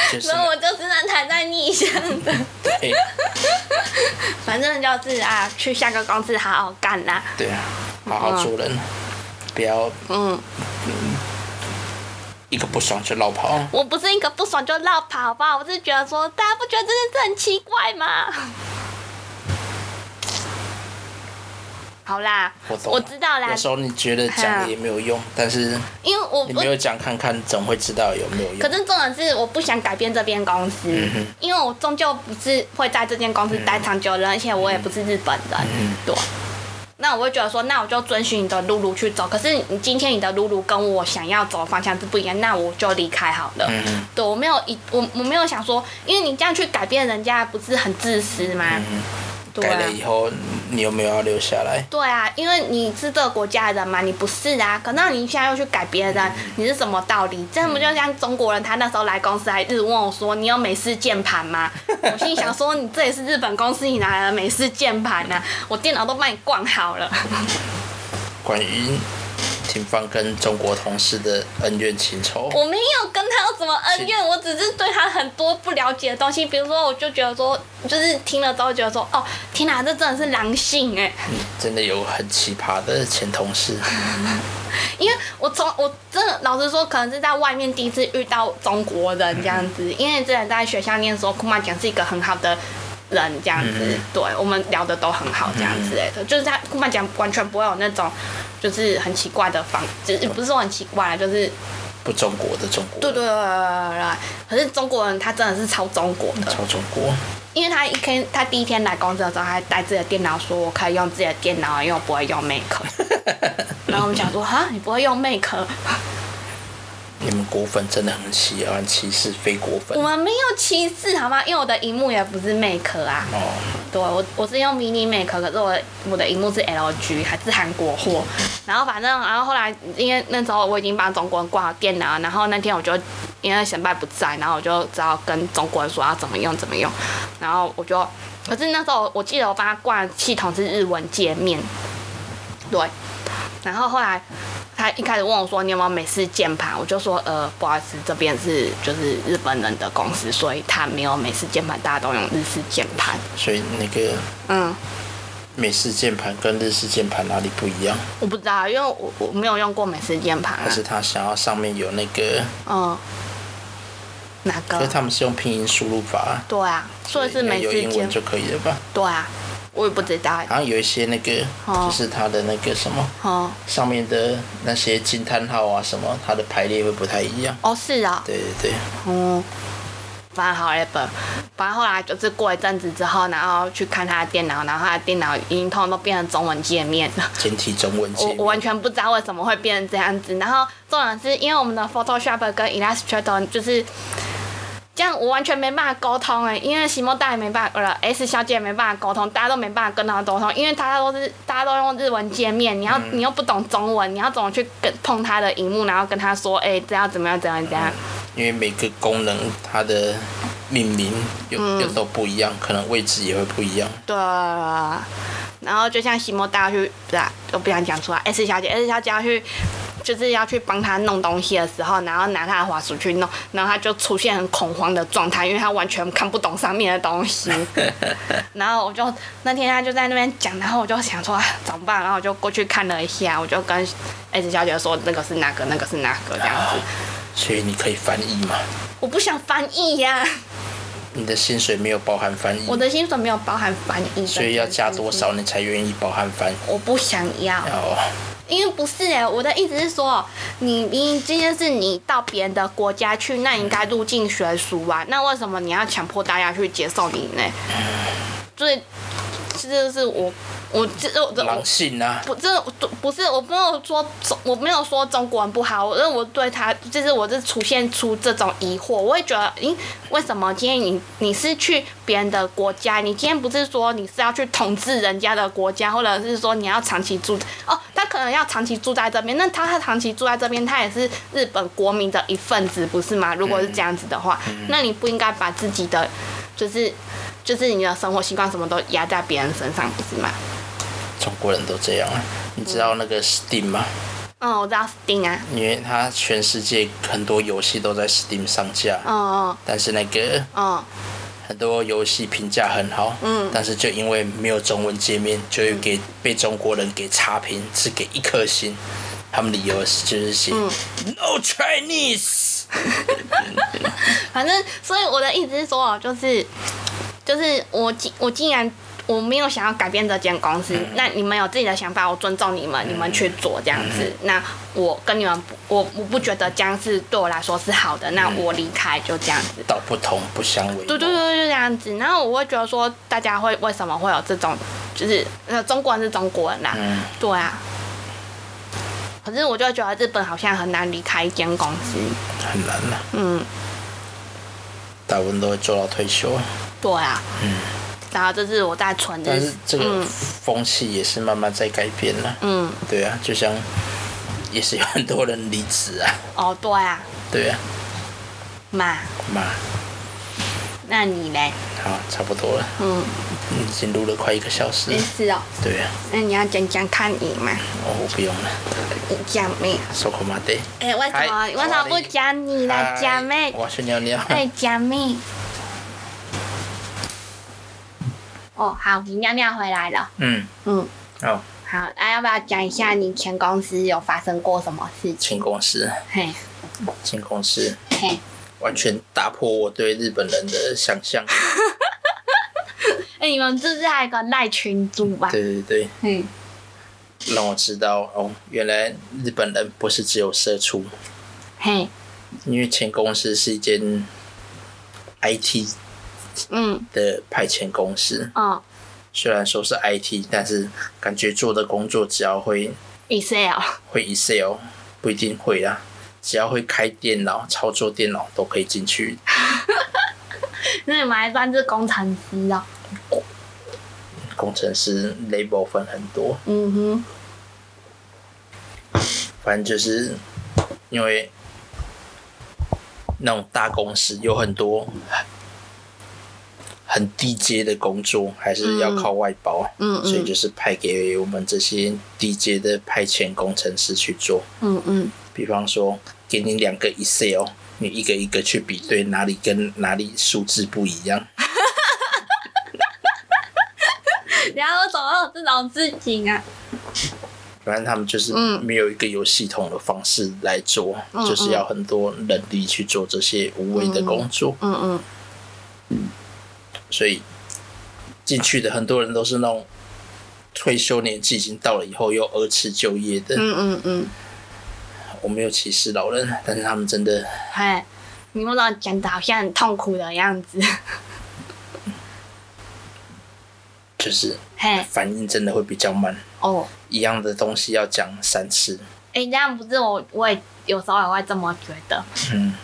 Speaker 1: 就是
Speaker 2: 所以我就是那台在逆向的，
Speaker 1: 哎、
Speaker 2: 反正就是啊，去下个公司好好干啦。
Speaker 1: 对啊，好好做人，不要
Speaker 2: 嗯，
Speaker 1: 一个不爽就绕跑。
Speaker 2: 我不是一个不爽就绕跑，好不好？我是觉得说，大家不觉得这件事很奇怪吗？好啦，
Speaker 1: 我懂啊，
Speaker 2: 知道啦嗯
Speaker 1: 有，时候你觉得讲了也没有用，但是
Speaker 2: 因为我
Speaker 1: 你
Speaker 2: 我
Speaker 1: 没有讲看看，总会知道有没有用。嗯
Speaker 2: 可是重点是，我不想改变这边公司，因为我终究不是会在这间公司待长久的人，而且我也不是日本人，
Speaker 1: 嗯
Speaker 2: 对。那我会觉得说，那我就遵循你的路路去走。可是你今天你的路路跟我想要走的方向是不一样，那我就离开好了。
Speaker 1: 嗯
Speaker 2: 对我没有一我我没有想说，因为你这样去改变人家，不是很自私吗？对
Speaker 1: 嗯改
Speaker 2: 啊。
Speaker 1: 了以后，你有没有要留下来？
Speaker 2: 对啊，因为你是这个国家的人嘛，你不是啊。可那你现在又去改别
Speaker 1: 嗯
Speaker 2: 人，你是什么道理？这不就像中国人，他那时候来公司还一直问我说：“你有美式键盘吗？”我心里想说：“你这也是日本公司，你哪来的美式键盘呢、我电脑都帮你逛好了。
Speaker 1: 关于廷芳跟中国同事的恩怨情仇，
Speaker 2: 我没有跟他有什么恩怨，我只是对他很多不了解的东西。比如说，我就觉得说，就是听了之后觉得说：“哦，天哪，这真的是狼性哎、
Speaker 1: 嗯真的有很奇葩的前同 事。
Speaker 2: 因为我从我真的老实说，可能是在外面第一次遇到中国人这样子，因为之前在学校念的时候，库曼讲是一个很好的。人这样子，对我们聊的都很好，这样之类的，就是他库曼讲完全不会有那种，就是很奇怪的方，就是不是说很奇怪啦，就是
Speaker 1: 不中国的中国，
Speaker 2: 对对对对对对对。可是中国人他真的是超中国的，
Speaker 1: 超中国，
Speaker 2: 因为他一天他第一天来公司的时候，他还带自己的电脑说：“我可以用自己的电脑，因为我不会用 Make。”然后我们想说：“哈，你不会用 Make？”
Speaker 1: 你们国粉真的很喜欢歧视非国粉
Speaker 2: 我。们没有歧视好吗？因为我的荧幕也不是 Make 啊，
Speaker 1: 哦，
Speaker 2: 对我我是用 Mini Make，可是我的我的荧幕是 LG，还是韩国货。然后反正然后后来因为那时候我已经帮中国人挂好电脑，然后那天我就因为显摆不在，然后我就只好跟中国人说要怎么用怎么用，然后我就可是那时候我记得我帮他挂的系统是日文界面，对，然后后来。他一开始问我说：“你有没有美式键盘？”我就说：“呃，不好意思，这边是就是日本人的公司，所以他没有美式键盘，大家都用日式键盘。
Speaker 1: 所以那个”
Speaker 2: 嗯，
Speaker 1: 美式键盘跟日式键盘哪里不一样？
Speaker 2: 我不知道，因为我我没有用过美式键盘、啊
Speaker 1: 还。是他想要上面有那个？
Speaker 2: 嗯，哪
Speaker 1: 可
Speaker 2: 个
Speaker 1: 是？他们是用拼音输入法啊。
Speaker 2: 对啊，所以是
Speaker 1: 应该
Speaker 2: 美
Speaker 1: 有
Speaker 2: 式
Speaker 1: 英
Speaker 2: 键
Speaker 1: 文。就可以了吧？
Speaker 2: 对啊，我也不知道欸。
Speaker 1: 好像有一些那个，
Speaker 2: 哦
Speaker 1: 就是它的那个什么
Speaker 2: 哦
Speaker 1: 上面的那些惊叹号啊什么，它的排列会不太一样。
Speaker 2: 哦，是啊、
Speaker 1: 对对对，
Speaker 2: 哦，反正好 a p 反正后来就是过一阵子之后，然后去看他的电脑，然后他的电脑已经通通都变成中文界面了。
Speaker 1: 简体中文界
Speaker 2: 我
Speaker 1: 面
Speaker 2: 我完全不知道为什么会变成这样子。然后重点是因为我们的 Photoshop 跟 Illustrator 就是这样，我完全没办法沟通哎、因为席莫大也没办法，呃，S 小姐也没办法沟通，大家都没办法跟她沟通，因为大家都是大家都用日文界面，你要、你又不懂中文，你要怎么去跟碰她的荧幕，然后跟她说，哎、这要怎么样怎么样怎么样？
Speaker 1: 因为每个功能它的命名又、
Speaker 2: 嗯
Speaker 1: 又都不一样，可能位置也会不一样。
Speaker 2: 对。然后就像西莫大去，不是、啊，我不想讲出来。S 小姐，S 小姐要去，就是要去帮她弄东西的时候，然后拿她的滑鼠去弄，然后她就出现很恐慌的状态，因为她完全看不懂上面的东西。然后我就那天她就在那边讲，然后我就想说、啊、怎么办，然后我就过去看了一下，我就跟 S 小姐说那个是哪个，那个是哪个这样子。
Speaker 1: 所以你可以翻译嘛？
Speaker 2: 我不想翻译呀、
Speaker 1: 你的薪水没有包含翻译
Speaker 2: 我，的薪水没有包含翻译，
Speaker 1: 所以要加多？少你才愿意包含翻译？
Speaker 2: 我不想要。
Speaker 1: 哦，
Speaker 2: 因为不是哎、我的意思是说，你你今天是你到别人的国家去，那你应该入境学俗啊，那为什么你要强迫大家去接受你呢？所以这就是我
Speaker 4: 我这我这我
Speaker 1: 狼性啊，
Speaker 4: 不，这不不是，我没有说中，我没有说中国人不好，因为我对他就是我是出现出这种疑惑，我会觉得，咦，为什么今天你你是去别人的国家，你今天不是说你是要去统治人家的国家，或者是说你要长期住哦，他可能要长期住在这边，那他他长期住在这边，他也是日本国民的一份子，不是吗？如果是这样子的话，那你不应该把自己的就是就是你的生活习惯什么都压在别人身上，不是吗？
Speaker 1: 中国人都这样啊。你知道那个 Steam 吗？
Speaker 4: 嗯，我知道 Sting 啊，
Speaker 1: 因为它全世界很多游戏都在 Steam 上架，
Speaker 4: 嗯嗯
Speaker 1: 但是那个
Speaker 4: 嗯。
Speaker 1: 很多游戏评价很好，嗯，但是就因为没有中文界面，就会给被中国人给差评，只给一颗星。他们理由是就是写、No
Speaker 4: 嗯
Speaker 1: Chinese，
Speaker 4: 反正，所以我的意思是说，就是就是我既我既然我没有想要改变这间公司，那你们有自己的想法，我尊重你们，你们去做这样子。那我跟你们不，我我不觉得这样是对我来说是好的，那我离开就这样子。
Speaker 1: 道不同不相为谋。
Speaker 4: 对对对，就这样子。然后我会觉得说，大家会为什么会有这种，就是呃，中国人是中国人啦、
Speaker 1: 嗯
Speaker 4: 对啊。可是我就觉得日本好像很难离开一间公司，
Speaker 1: 很难啊。
Speaker 4: 嗯。
Speaker 1: 大部分都会做到退休，
Speaker 4: 对啊。然后这是我在存
Speaker 1: 但
Speaker 4: 日
Speaker 1: 是这个风气也是慢慢在改变了。
Speaker 4: 嗯，
Speaker 1: 对啊，就像也是有很多人离职啊，
Speaker 4: 哦，对啊，
Speaker 1: 对啊，
Speaker 4: 妈，
Speaker 1: 妈，
Speaker 4: 那你嘞？
Speaker 1: 好，差不多了，
Speaker 4: 嗯，
Speaker 1: 已经录了快一个小时了
Speaker 4: 也，是哦。
Speaker 1: 对啊，
Speaker 4: 那你要讲讲看你嘛？
Speaker 1: 哦，我不用了，
Speaker 4: 你讲没有？
Speaker 1: 收口马得。
Speaker 4: 哎、为什么
Speaker 1: 嗨
Speaker 4: 为什么不讲你啦？讲
Speaker 1: 嗨，
Speaker 4: 妹
Speaker 1: 我要去尿尿。
Speaker 4: 哎，讲妹。哦，好，你尿尿回来了。
Speaker 1: 嗯，
Speaker 4: 嗯，
Speaker 1: 好，
Speaker 4: 好，那要不要讲一下你前公司有发生过什么事情？
Speaker 1: 进公司，
Speaker 4: 嘿，
Speaker 1: 进公司，
Speaker 4: 嘿，
Speaker 1: 完全打破我对日本人的想象。
Speaker 4: 哎、你们是不是还有个赖群主吧？
Speaker 1: 对对对，
Speaker 4: 嗯，
Speaker 1: 让我知道哦，原来日本人不是只有社畜，
Speaker 4: 嘿，
Speaker 1: 因为前公司是一间 IT
Speaker 4: 嗯，
Speaker 1: 的派遣公司，
Speaker 4: 哦
Speaker 1: 虽然说是 IT，但是感觉做的工作只要会
Speaker 4: ，Excel，
Speaker 1: 会 Excel，不一定会啦，只要会开电脑、操作电脑都可以进去
Speaker 4: 那你们还算是工程师哦。
Speaker 1: 工程师 label 分很多，
Speaker 4: 嗯哼，
Speaker 1: 反正就是因为那种大公司有很多很低阶的工作，还是要靠外包，啊
Speaker 4: 嗯嗯
Speaker 1: 所以就是派给我们这些低阶的派遣工程师去做。
Speaker 4: 嗯嗯，
Speaker 1: 比方说，给你两个 Excel，你一个一个去比对哪里跟哪里数字不一样。
Speaker 4: 然后怎么有这种事情啊？
Speaker 1: 反正他们就是
Speaker 4: 嗯
Speaker 1: 没有一个有系统的方式来做，
Speaker 4: 嗯
Speaker 1: 就是要很多人力去做这些无谓的工作，
Speaker 4: 嗯嗯
Speaker 1: 所以进去的很多人都是那种退休年纪已经到了以后又二次就业的。
Speaker 4: 嗯嗯嗯，
Speaker 1: 我没有歧视老人，但是他们真的
Speaker 4: 嘿，你为什么讲的好像很痛苦的样子？
Speaker 1: 就是
Speaker 4: 嘿，
Speaker 1: 反应真的会比较慢，
Speaker 4: 哦，
Speaker 1: 一样的东西要讲三次。
Speaker 4: 哎、这样不是我，我也有时候也会这么觉得，
Speaker 1: 嗯，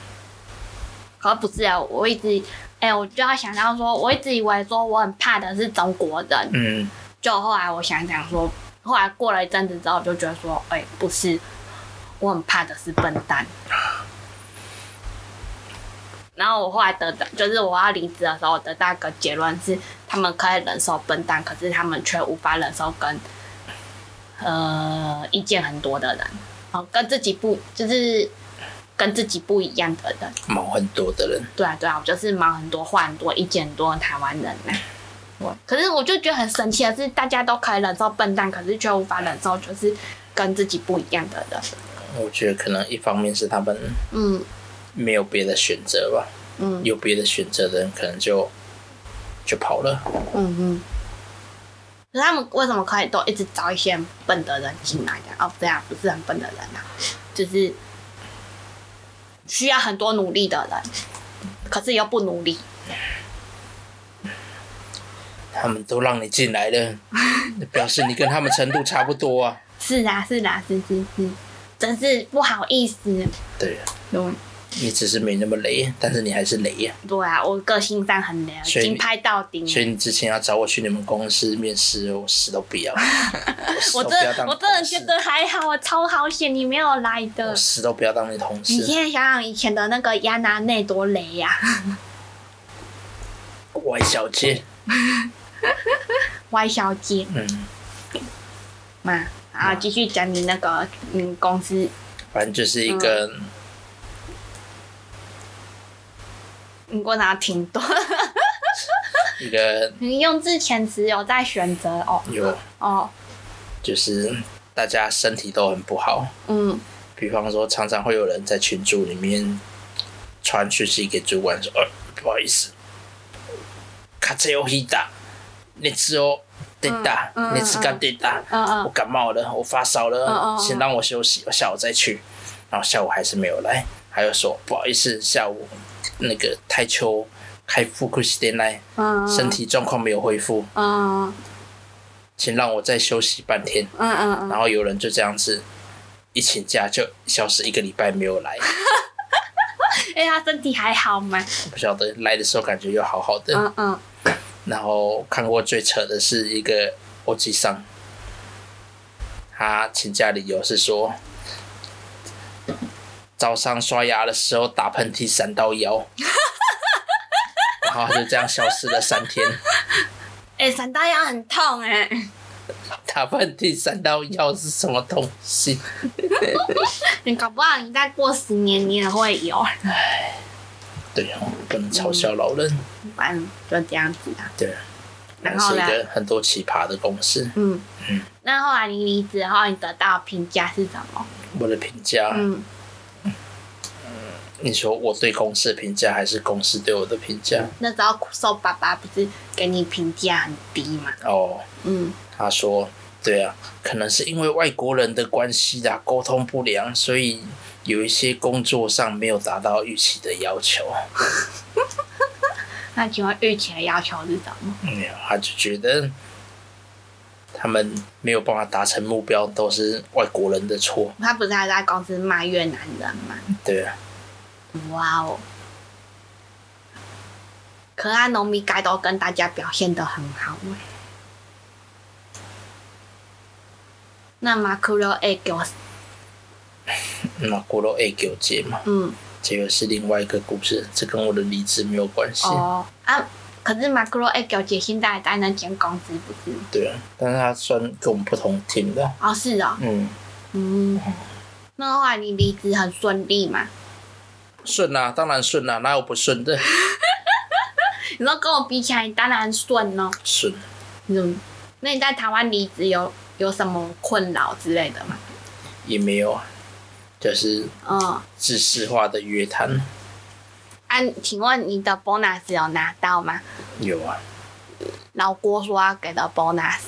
Speaker 4: 可不是啊，我一直，哎、我就要想到说，我一直以为说我很怕的是中国人，
Speaker 1: 嗯，
Speaker 4: 就后来我想想说，后来过了一阵子之后，我就觉得说，哎、不是，我很怕的是笨蛋。然后我后来得到，就是我要离职的时候，我得到一个结论是，他们可以忍受笨蛋，可是他们却无法忍受跟呃意见很多的人，哦，跟自己不就是跟自己不一样的人。
Speaker 1: 毛很多的人，
Speaker 4: 对啊，对啊，我就是忙很多、话很多、意见很多的台湾人呐、我可是我就觉得很神奇的是，大家都可以忍受笨蛋，可是却无法忍受就是跟自己不一样的人。
Speaker 1: 我觉得可能一方面是他们
Speaker 4: 嗯
Speaker 1: 没有别的选择吧，
Speaker 4: 嗯
Speaker 1: 有别的选择的人可能就就跑了。
Speaker 4: 嗯嗯。可是他们为什么可以都一直找一些很笨的人进来的？哦，对啊，不是很笨的人啊，就是需要很多努力的人，可是又不努力。
Speaker 1: 他他们都让你进来 了，表示你跟他们程度差不多啊。
Speaker 4: 是啊，是啊，是是是，真是不好意思。
Speaker 1: 对啊，
Speaker 4: 对
Speaker 1: 你只是没那么雷，但是你还是雷呀、
Speaker 4: 对啊，我个性上很聊，
Speaker 1: 所以你
Speaker 4: 金拍到底。
Speaker 1: 所以你之前要找我去你们公司面试，我死都 不要，我死
Speaker 4: 我
Speaker 1: 都不要
Speaker 4: 真
Speaker 1: 当
Speaker 4: 我
Speaker 1: 你
Speaker 4: 真的
Speaker 1: 同
Speaker 4: 觉
Speaker 1: 事，
Speaker 4: 得还好，我超好险你没有来的
Speaker 1: 我。死都不要当你同
Speaker 4: 你
Speaker 1: 事。
Speaker 4: 现在想想以前的那个亚拿内多雷 啊呀、
Speaker 1: Y 小姐，
Speaker 4: y 小姐
Speaker 1: 嗯，
Speaker 4: 嘛，然后继续讲你那个嗯公司，
Speaker 1: 反正就是一个，
Speaker 4: 嗯你给我拿挺 多。
Speaker 1: 一个
Speaker 4: 你用字遣词有在选择哦
Speaker 1: 有，
Speaker 4: 哦，
Speaker 1: 就是大家身体都很不好，
Speaker 4: 嗯，
Speaker 1: 比方说常常会有人在群组里面传讯息给主管说，呃，不好意思，卡车有黑打，那次哦，对打，
Speaker 4: 嗯嗯
Speaker 1: 那次刚对打，
Speaker 4: 嗯
Speaker 1: 我
Speaker 4: 嗯，
Speaker 1: 感冒了，我发烧
Speaker 4: 嗯
Speaker 1: 了，
Speaker 4: 嗯
Speaker 1: 先让我休息，我下午再去。然后下午还是没有来，还有说不好意思，下午那个太秋开腹库西点来，
Speaker 4: 嗯，
Speaker 1: 身，体状况没有恢复，
Speaker 4: 嗯
Speaker 1: 请让我再休息半天。
Speaker 4: 嗯嗯嗯，
Speaker 1: 然后有人就这样子，一请假就消失一个礼拜没有来，
Speaker 4: 哎，他身体还好吗？
Speaker 1: 不晓得来的时候感觉又好好的。
Speaker 4: 嗯嗯，
Speaker 1: 然后看过最扯的是一个欧吉桑，他请假理由是说，早上刷牙的时候打喷嚏闪到腰，然 后他就这样消失了三天，
Speaker 4: 哎，闪到腰很痛哎，
Speaker 1: 打喷嚏闪到腰是什么东西？
Speaker 4: 你搞不好你再过十年你也会有，
Speaker 1: 对哦，不能嘲笑老人。
Speaker 4: 反正就这样子啊。
Speaker 1: 对，
Speaker 4: 然
Speaker 1: 那
Speaker 4: 后
Speaker 1: 是一
Speaker 4: 嘞
Speaker 1: 个很多奇葩的公司。
Speaker 4: 嗯
Speaker 1: 嗯，
Speaker 4: 那后来你离职后，你得到评价是什么？
Speaker 1: 我的评价，
Speaker 4: 嗯，
Speaker 1: 你说我对公司的评价，还是公司对我的评价？
Speaker 4: 那时候瘦爸爸不是给你评价很低嘛？
Speaker 1: 哦，
Speaker 4: 嗯，
Speaker 1: 他说：“对啊，可能是因为外国人的关系啦，沟通不良，所以有一些工作上没有达到预期的要求。
Speaker 4: 那请问预期的要求是什么？
Speaker 1: 嗯，他就觉得他们没有办法达成目标，都是外国人的错。
Speaker 4: 他不是还在公司骂越南人吗？
Speaker 1: 对啊，
Speaker 4: 哇哦！可爱农民该都跟大家表现的很好哎、那马库罗 A 给我，
Speaker 1: 那国罗 A 九节嘛，
Speaker 4: 嗯，
Speaker 1: 这个是另外一个故事，这跟我的离职没有关系。
Speaker 4: 哦啊，可是马库罗 A 给我姐现在还在那间公司不是吗？
Speaker 1: 对啊，但是他算跟我们不同 team 的。
Speaker 4: 哦，是哦，
Speaker 1: 嗯，
Speaker 4: 嗯，那后来你离职很顺利嘛？
Speaker 1: 顺啊，当然顺啊，哪有不顺的？
Speaker 4: 你说跟我比起来，你当然顺咯。
Speaker 1: 顺。”
Speaker 4: 嗯，那你在台湾离职有有什么困扰之类的吗？
Speaker 1: 也没有，啊，就是
Speaker 4: 嗯，
Speaker 1: 制式化的约谈
Speaker 4: 啊，请问你的 bonus 有拿到吗？
Speaker 1: 有啊
Speaker 4: 老郭说要给的 bonus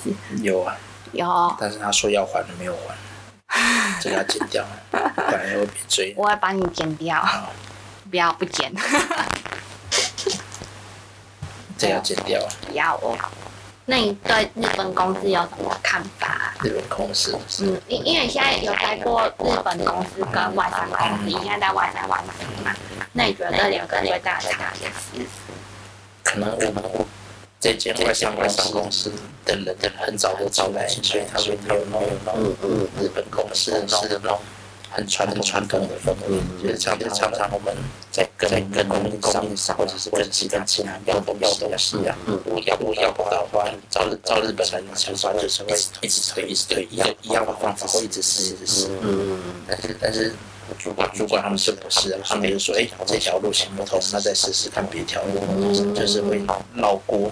Speaker 1: 有啊，
Speaker 4: 有，
Speaker 1: 但是他说要还没有还，这个要剪掉，不然又会被追。
Speaker 4: 我会帮你剪掉， 不要不剪，
Speaker 1: 这个要剪掉。啊
Speaker 4: 不要哦。那你对日本公司有什么看法啊、
Speaker 1: 日本公司
Speaker 4: 嗯，因因为你现在有待过日本公司跟外商公司，你现在在外商外商嘛，那你觉得这两个最大的差别是？
Speaker 1: 可能我们这间外商公司公司的人很早就出来，所以他们没有弄日本公司的那种很传统传统的氛围，就是常常常常我们在跟跟供应商或者是跟其他其他要东要东西啊，我要我要不到的话，照日照日本人想法就是会一直推一直推一样一样的方法，一直试一直试。但是但是主管主管他们是不是啊？他们就说，哎、这条路行不通，那再试试看别条路，就是会绕锅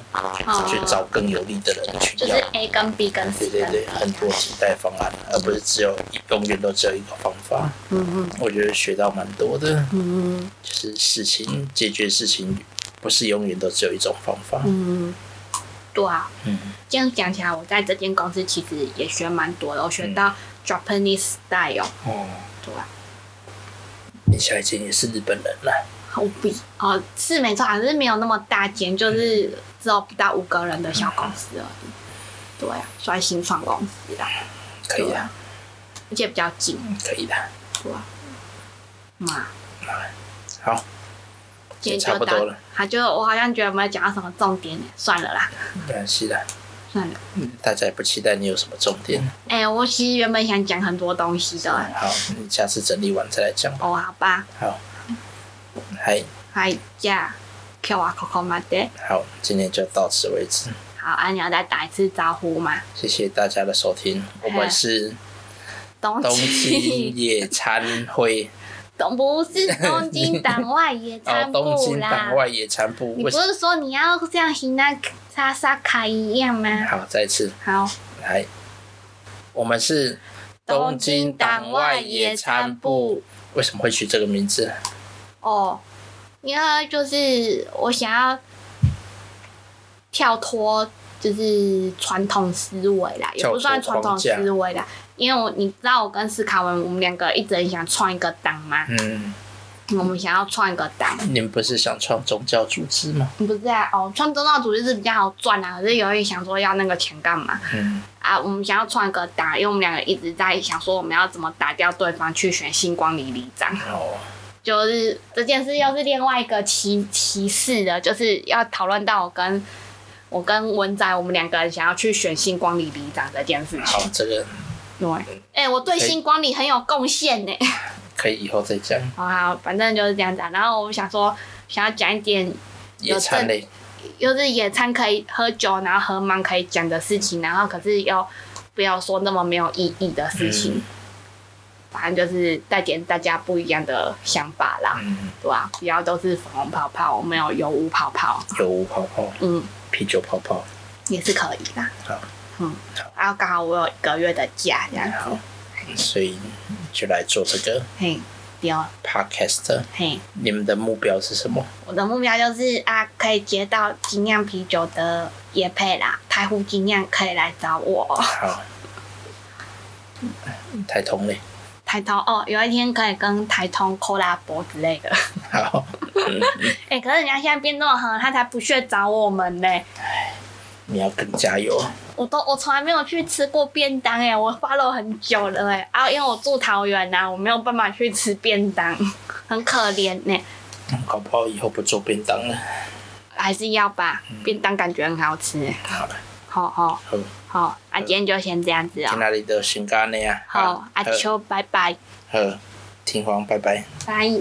Speaker 1: 去找更有利的人去
Speaker 4: 哦就
Speaker 1: 要
Speaker 4: 是。A 嗯跟 B 跟
Speaker 1: 对
Speaker 4: C
Speaker 1: 对
Speaker 4: 跟
Speaker 1: 对，很多替代方案，而不是只有一永远都只有一个方法。
Speaker 4: 嗯嗯
Speaker 1: 我觉得学到蛮多的，
Speaker 4: 嗯
Speaker 1: 就是事情解决事情不是永远都只有一种方法。
Speaker 4: 嗯，对啊，
Speaker 1: 嗯，
Speaker 4: 这样讲起来，我在这间公司其实也学蛮多的，我学
Speaker 1: 嗯
Speaker 4: 到 Japanese style，
Speaker 1: 哦，
Speaker 4: 对啊，
Speaker 1: 你下一间也是日本人啦、
Speaker 4: 哦我不哦是没错，还是没有那么大间，就是只有不到五个人的小公司而已。对啊，算新创公司啦，啊
Speaker 1: 可以啊的，
Speaker 4: 而且比较近，
Speaker 1: 可以的。
Speaker 4: 对啊。嘛，
Speaker 1: 好，
Speaker 4: 今天
Speaker 1: 差
Speaker 4: 就
Speaker 1: 不
Speaker 4: 到
Speaker 1: 多了，
Speaker 4: 他就我好像觉得没有讲到什么重点，算了啦，
Speaker 1: 没关系的，
Speaker 4: 算了。
Speaker 1: 大家也不期待你有什么重点。
Speaker 4: 哎、我其实原本想讲很多东西的。
Speaker 1: 好，你下次整理完再来讲吧。
Speaker 4: 哦，好吧，
Speaker 1: 好，嗨，
Speaker 4: はい、じゃあ今日はここまで。
Speaker 1: 好，今天就到此为止，
Speaker 4: 好，啊，你要再打一次招呼吗？
Speaker 1: 谢谢大家的收听，我们是
Speaker 4: 东
Speaker 1: 东京
Speaker 4: 京，
Speaker 1: 野餐 会，
Speaker 4: 东不是东 京党外野
Speaker 1: 哦，
Speaker 4: 餐
Speaker 1: 东
Speaker 4: 部
Speaker 1: 京
Speaker 4: 啦
Speaker 1: 党。外野餐部，
Speaker 4: 你
Speaker 1: 为
Speaker 4: 不
Speaker 1: 什么？
Speaker 4: 是说你要像行那莎莎卡一样吗？
Speaker 1: 好，再一次
Speaker 4: 好，
Speaker 1: 来，我们是东京党外野餐部，。为什么会取这个名字？啊
Speaker 4: 哦，因为就是我想要跳脱，就是传统思维啦，也
Speaker 1: 跳
Speaker 4: 不
Speaker 1: 脱
Speaker 4: 算传统
Speaker 1: 框架
Speaker 4: 思维啦。因为我你知道，我跟斯卡文我们两个一直很想创一个党嘛，
Speaker 1: 嗯，
Speaker 4: 我们想要创一个党，
Speaker 1: 你们不是想创宗教组织吗？
Speaker 4: 不是啊？哦，创宗教组织是比较好赚啊，可是有人想说要那个钱干嘛
Speaker 1: 嗯，
Speaker 4: 啊？我们想要创一个党，因为我们两个一直在想说我们要怎么打掉对方去选星光里里长。
Speaker 1: 哦，
Speaker 4: 就是这件事又是另外一个歧歧视的，就是要讨论到我跟我跟文仔我们两个人想要去选星光里里长这件事
Speaker 1: 好
Speaker 4: 情。，
Speaker 1: 这个
Speaker 4: 对，哎、我对
Speaker 1: 可以
Speaker 4: 星光里很有贡献呢。
Speaker 1: 可以以后再讲。
Speaker 4: 好好，反正就是这样子、啊。然后我想说，想要讲一点，
Speaker 1: 野餐类，
Speaker 4: 就是野餐可以喝酒，然后喝芒可以讲的事情，然后可是又不要说那么没有意义的事
Speaker 1: 嗯
Speaker 4: 情。反正就是带点大家不一样的想法啦。
Speaker 1: 嗯，
Speaker 4: 对啊，不要都是粉红泡泡，没有油污泡泡，
Speaker 1: 有无泡泡，
Speaker 4: 嗯，
Speaker 1: 啤酒泡泡，
Speaker 4: 也是可以啦。
Speaker 1: 好，
Speaker 4: 嗯
Speaker 1: 好，
Speaker 4: 然后刚好我有一个月的假，这样子，
Speaker 1: 好，所以就来做这个
Speaker 4: 嘿，丢，
Speaker 1: podcast。
Speaker 4: 嘿，
Speaker 1: 你们的目标是什么？
Speaker 4: 我的目标就是啊，可以接到精酿啤酒的也配啦，台湖精酿可以来找我，
Speaker 1: 好，台通嘞，
Speaker 4: 台通哦，有一天可以跟台通扣拉博之类的。
Speaker 1: 好，
Speaker 4: 哎、可是人家现在变那么狠，他才不屑找我们呢、
Speaker 1: 你要更加油。
Speaker 4: 我都我从来没有去吃过便当哎、我花了很久了哎、啊，因为我住桃园呐、啊，我没有办法去吃便当，很可怜呢、
Speaker 1: 搞不好以后不做便当了。
Speaker 4: 还是要吧，便当感觉很好吃、欸，
Speaker 1: 好了，
Speaker 4: 好好
Speaker 1: 好，
Speaker 4: 好，啊，今天就先这样子
Speaker 1: 今
Speaker 4: 哦、
Speaker 1: 天的新干呢啊，
Speaker 4: 好，阿
Speaker 1: 好，
Speaker 4: 秋，拜拜，
Speaker 1: 好，听黄，拜拜。
Speaker 4: 拜。